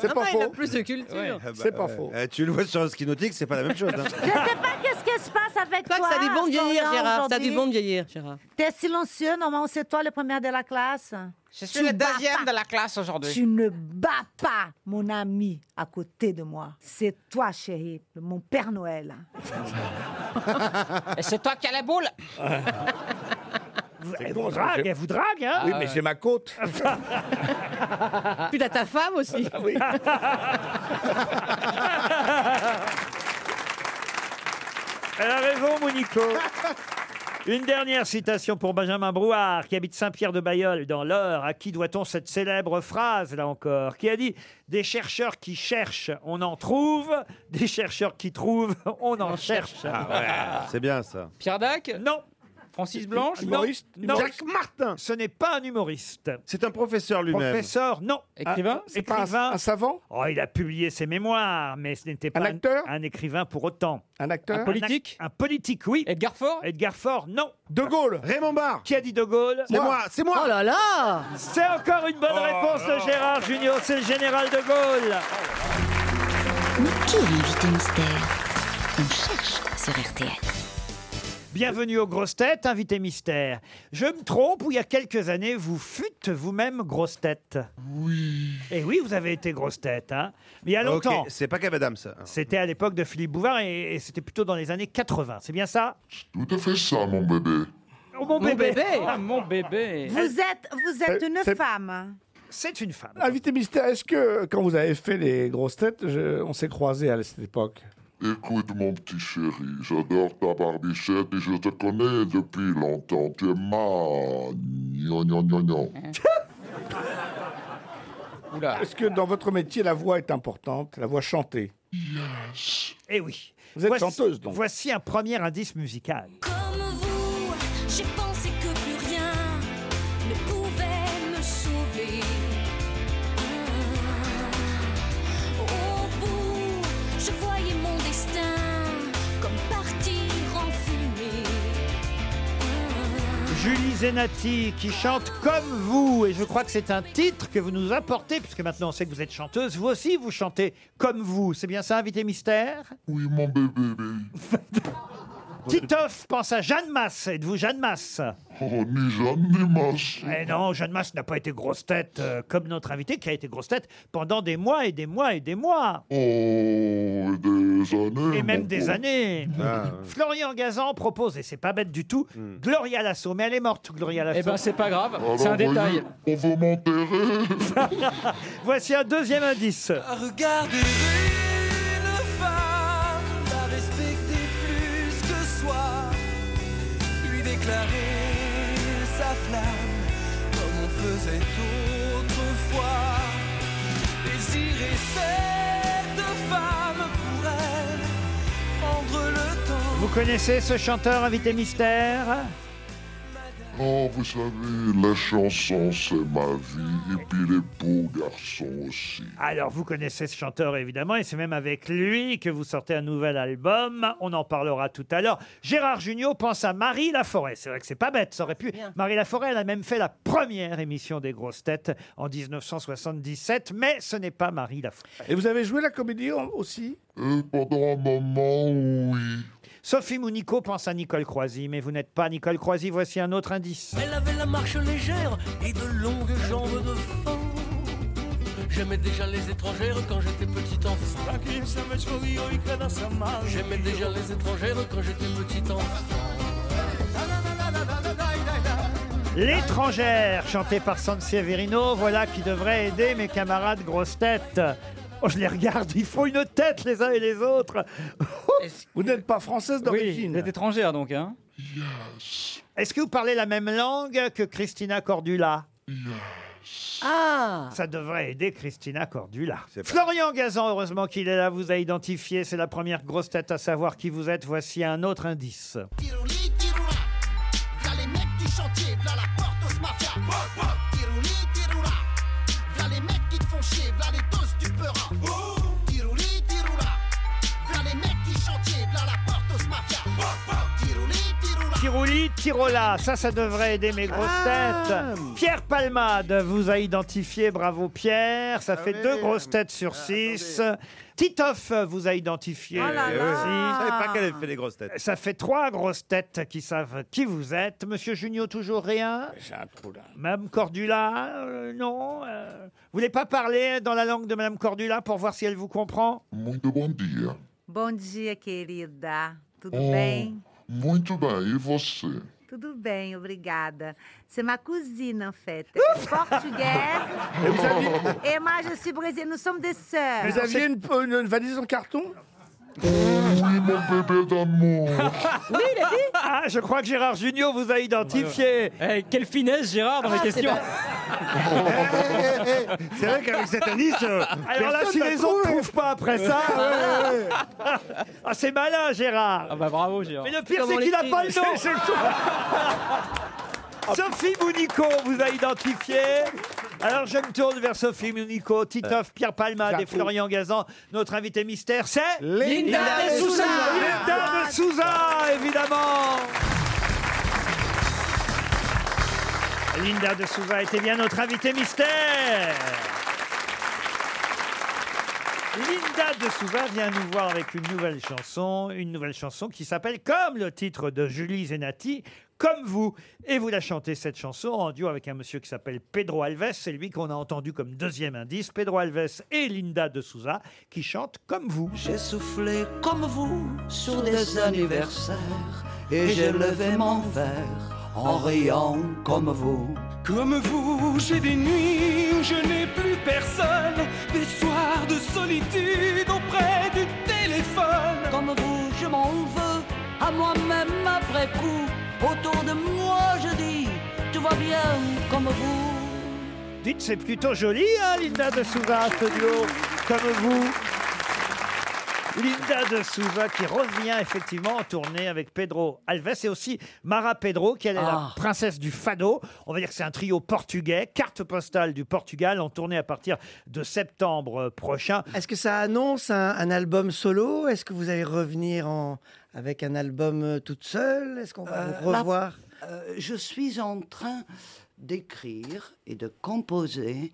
C'est pas Il a plus de culture.
C'est pas faux. Ah, bah, euh, tu le vois sur le ski nautique, c'est pas la même chose. hein.
Je sais pas Bah, qu'est-ce qui se passe avec
Quoi que
toi.
ça a du bon de vieillir,
Florian,
Gérard. Ça a
aujourd'hui.
du bon de vieillir, Gérard.
T'es silencieux, normalement, c'est toi le premier de la classe.
Je suis le deuxième de la classe aujourd'hui.
Tu ne bats pas mon ami à côté de moi. C'est toi, chérie, mon Père Noël.
Et c'est toi qui as la boule
Ah, Elle vous drague, elle vous drague, hein Ah.
Oui, mais j'ai ma côte.
Tu as ta femme aussi.
Ah oui.
Elle a raison, Monico. Une dernière citation pour Benjamin Brouard, qui habite Saint-Pierre-de-Bayeul, dans l'Eure. À qui doit-on cette célèbre phrase, là encore Qui a dit Des chercheurs qui cherchent, on en trouve. Des chercheurs qui trouvent, on en cherche.
Ah ouais, c'est bien ça.
Pierre Dac
Non.
Francis Blanche
Non. Non.
Jacques
Martin. Ce n'est pas un humoriste.
C'est un professeur lui-même.
Professeur, non.
Écrivain
Ah, Écrivain. Un, savant oh, Il a publié ses mémoires, mais ce n'était pas un, acteur un, écrivain pour autant. Un acteur
Un politique
un, politique, oui.
Edgar Faure
Edgar Faure, non.
De Gaulle
Raymond Barre Qui a dit De Gaulle
C'est Moi. moi, c'est moi. Oh là là
C'est encore une bonne réponse de Gérard Junior, c'est le général De Gaulle
Mais qui est l'invité mystère On cherche sur RTL.
Bienvenue aux grosses têtes, invité mystère. Je me trompe ou il y a quelques années, vous fûtes vous-même grosse tête Oui. Et oui, vous avez été grosse tête, hein. Mais il y a
Ok,
longtemps.
c'est pas qu'à madame, ça.
C'était à l'époque de Philippe Bouvard et, et c'était plutôt dans les années 80. C'est bien ça
Tout à fait ça, mon bébé.
Oh, mon, bébé.
Ah, mon bébé
Vous êtes, vous êtes
Euh,
une
c'est-
femme.
C'est une femme.
Invité mystère, est-ce que quand vous avez fait les grosses têtes, je- on s'est croisés à cette époque
Écoute, mon petit chéri, j'adore ta barbichette et je te connais depuis longtemps. Tu es ma... Gnon, gnon, gnon, gnon.
Est-ce que dans votre métier, la voix est importante, la voix chantée
Eh oui.
Vous êtes
Voici-
chanteuse, donc.
Voici un premier indice musical.
J'ai pensé que plus rien ne pouvait me sauver. Ah, Au bout, je voyais mon destin comme partir en fumée.
Julie Zenati qui chante comme vous et je crois que c'est un titre que vous nous apportez puisque maintenant on sait que vous êtes chanteuse. Vous aussi vous chantez comme vous. C'est bien ça, invité mystère
Oui, mon bébé.
Titoff pense à Jeanne Masse. Êtes-vous Jeanne Masse
Oh, ni Jeanne, ni Masse.
Eh non, Jeanne Masse n'a pas été grosse tête euh, comme notre invité qui a été grosse tête pendant des mois et des mois et des mois.
Oh, et des années.
Et même
mon
des
pauvre. Ah.
années. Florian Gazan propose, et c'est pas bête du tout, Gloria Lasso. Mais elle est morte, Gloria Lasso. Eh ben, c'est pas grave,
Alors, voyez, On veut m'enterrer.
Voici un deuxième indice.
Regarder une femme, la respecter plus que soi, lui déclarer sa flamme comme on faisait autrefois. Désirer cette femme pour elle, prendre le temps.
Vous connaissez ce chanteur invité mystère
Oh, vous savez, la chanson, c'est ma vie. Et puis les beaux garçons aussi.
Alors, vous connaissez ce chanteur, évidemment, et c'est même avec lui que vous sortez un nouvel album. On en parlera tout à l'heure. Gérard Junior pense à Marie Laforêt. C'est vrai que c'est pas bête, ça aurait pu. Marie Laforêt, elle a même fait la première émission des grosses têtes en 1977, mais ce n'est pas Marie Laforêt.
Et vous avez joué la comédie en- aussi
Et Euh, pendant un moment, oui.
Sophie Mounico pense à Nicole Croisy, mais vous n'êtes pas Nicole Croisy. Voici un autre indice.
Elle avait la marche légère et de longues jambes de femme. J'aimais déjà les étrangères quand j'étais petit enfant.
oh,
J'aimais déjà les étrangères quand j'étais petit enfant.
L'étrangère, chantée par San Severino, voilà qui devrait aider mes camarades grosses têtes. Oh, je les regarde, ils font une tête les uns et les autres.
Vous n'êtes pas française
d'origine.
vous êtes étrangère donc, hein
Est-ce que vous parlez la même langue que Christina Cordula Ah Ça devrait aider Christina Cordula. Florian Gazan, heureusement qu'il est là, vous a identifié. C'est la première grosse tête à savoir qui vous êtes. Voici un autre indice.
Tirouli, tiroula, v'là les mecs du chantier, v'là la porte mafia. Tirouli, tiroula, v'là les mecs qui te font chier, v'là les doses du peurin. Tirouli, tiroula, v'là les mecs du chantier, v'là la porte mafia. Tirouli, tiroula.
Tirouli, Tirola, ça, ça devrait aider mes grosses
Ah.
têtes. Pierre Palmade vous a identifié, bravo Pierre, ça fait
Ah oui. Ah,
deux grosses têtes sur six. Titoff vous a identifié.
Eh oui. Je savais pas
aussi.
qu'elle avait fait les grosses têtes.
Ça fait trois grosses têtes qui savent qui vous êtes. Monsieur Junio, toujours rien. Madame Cordula, euh, non. euh, vous voulez pas parler hein, dans la langue de Madame Cordula pour voir si elle vous comprend
Muito bom dia.
Bom dia, querida. Tudo
Oh,
bem?
Muito bem, e você?
Tudo bem, obrigada. C'est ma cousine, en fait. Portugaise.
Et vous aviez,
Et moi, je suis brésilienne. Nous sommes des sœurs.
vous aviez une, une- une valise en carton
Oui, mon bébé d'amour.
Oui, il a dit. Ah, je crois que Gérard Junior vous a identifié. Eh, Ah, quelle finesse, Gérard, dans les questions.
Eh, C'est vrai qu'avec cet indice, euh,
Alors là,
personne
si
n'a
les
trouvé.
autres ne trouvent pas après ça. euh, Ah, c'est malin, Gérard. Ah, bah bravo, Gérard. Mais le pire,
Comment
c'est
on
qu'il n'a
l'écrit
pas le nom.
C'est-
Sophie Mounico vous a identifié. Alors je me tourne vers Sophie Mounico, Titoff, Pierre Palma et Florian Gazan. Notre invité mystère, c'est
Linda de Souza.
Linda de Souza, évidemment. Linda de Souza était bien notre invitée mystère. Linda Rita de Souva vient nous voir avec une nouvelle chanson, une nouvelle chanson qui s'appelle comme le titre de Julie Zenati, comme vous. Et vous la chantez cette chanson en duo avec un monsieur qui s'appelle Pedro Alves. C'est lui qu'on a entendu comme deuxième indice. Pedro Alves et Linda de Souza qui chantent comme vous.
J'ai soufflé comme vous sur des anniversaires et j'ai levé mon verre en riant comme vous.
Comme vous, j'ai des nuits où je n'ai plus personne, des soirs de solitude auprès du téléphone.
Comme vous, je m'en veux à moi-même après coup. Autour de moi, je dis, tout va bien comme vous.
Dites, c'est plutôt joli, hein, Linda de Souza, ce duo, comme vous. Linda de Souza qui revient effectivement en tournée avec Pedro Alves et aussi Mara Pedro, qui elle est
Ah.
la princesse du fado. On va dire que c'est un trio portugais, carte postale du Portugal, en tournée à partir de septembre prochain.
Est-ce que ça annonce un, un album solo Est-ce que vous allez revenir en, avec un album euh, toute seule Est-ce qu'on va
Euh,
vous revoir
là, euh, je suis en train d'écrire et de composer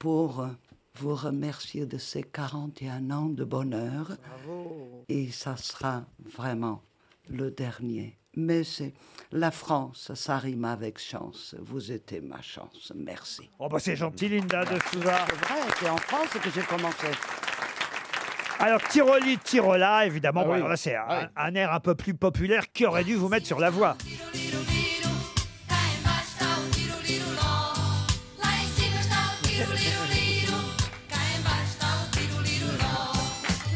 pour euh, vous remercier de ces 41 ans de bonheur. Et ça sera vraiment le dernier. Mais c'est la France, ça rime avec chance. Vous étiez ma chance. Merci.
Oh bah c'est gentil Linda de Souza.
C'est vrai, c'est en France que j'ai commencé.
Alors, Tiroli, Tirola, évidemment,
Ah
bon,
oui.
alors là, c'est un,
Ah oui.
un air un peu plus populaire qui aurait dû vous mettre sur la voie.
Lá em cima está o tiro, liro, liro. Cá embaixo está o tiro, liro, ló.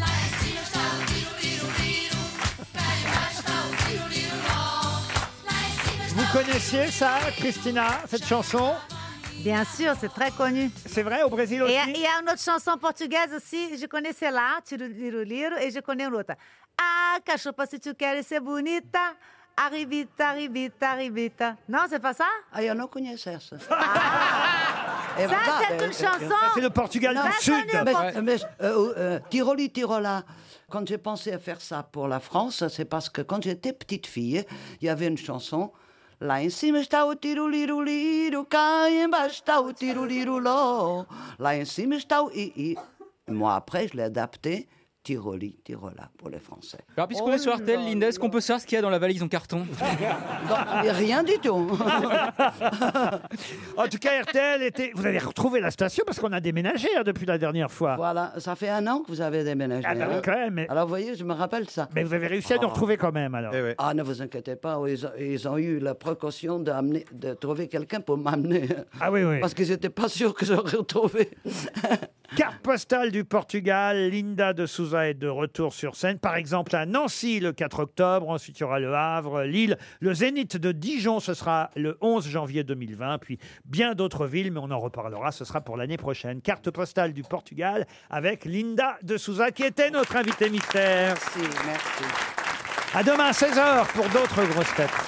Lá em cima está o tiro, liro, liro. Cá embaixo está o tiro, liro, ló.
Vous connaissiez ça, Christina, cette chanson
Bien sûr, c'est très connu.
C'est vrai, au Brésil
Et
aussi
il y a une autre chanson portugaise aussi, je connais celle-là, é, Tiro Liro Liro, et je connais l'autre. é Ah, cachopa si tu queres ser bonita, arribita, arribita, arribita. Non, c'est pas ça
Ah, eu não conheço essa. É Eh,
Ça, c'est une é chanson. Ça, c'est le
Mais-
Portugal.
mais, euh, euh, Tiroli, Tirola. Quand j'ai pensé à faire ça pour la France, c'est parce que quand j'étais petite fille, il y avait une chanson. Là en cima está o tiruliruliro, cá embaixo está o tirulirulo. Là en cima está o i, i. Moi, après, je l'ai adapté Tiroli, Tirola pour les Français.
Alors, puisqu'on est sur RTL, Linda, est-ce qu'on peut savoir ce qu'il y a dans la valise en carton
Et Rien du tout.
En tout cas, RTL était. Vous allez retrouver la station parce qu'on a déménagé hein, depuis la dernière fois.
Voilà, ça fait un an que vous avez déménagé.
Ah bah oui,
hein.
quand même, mais-
Alors, vous voyez, je me rappelle ça.
Mais vous avez réussi à nous
Ah.
retrouver quand même alors.
Ah, ne vous inquiétez pas, ils ont, ils ont eu la précaution d'amener- de trouver quelqu'un pour m'amener.
Ah oui, oui.
Parce qu'ils n'étaient pas sûrs que j'aurais retrouvé.
Carte postale du Portugal, Linda de Souza est de retour sur scène, par exemple à Nancy le 4 octobre, ensuite il y aura le Havre, Lille, le Zénith de Dijon, ce sera le 11 janvier 2020, puis bien d'autres villes, mais on en reparlera, ce sera pour l'année prochaine. Carte postale du Portugal avec Linda de Souza qui était notre invitée mystère.
Merci, merci.
À demain 16h pour d'autres grosses têtes.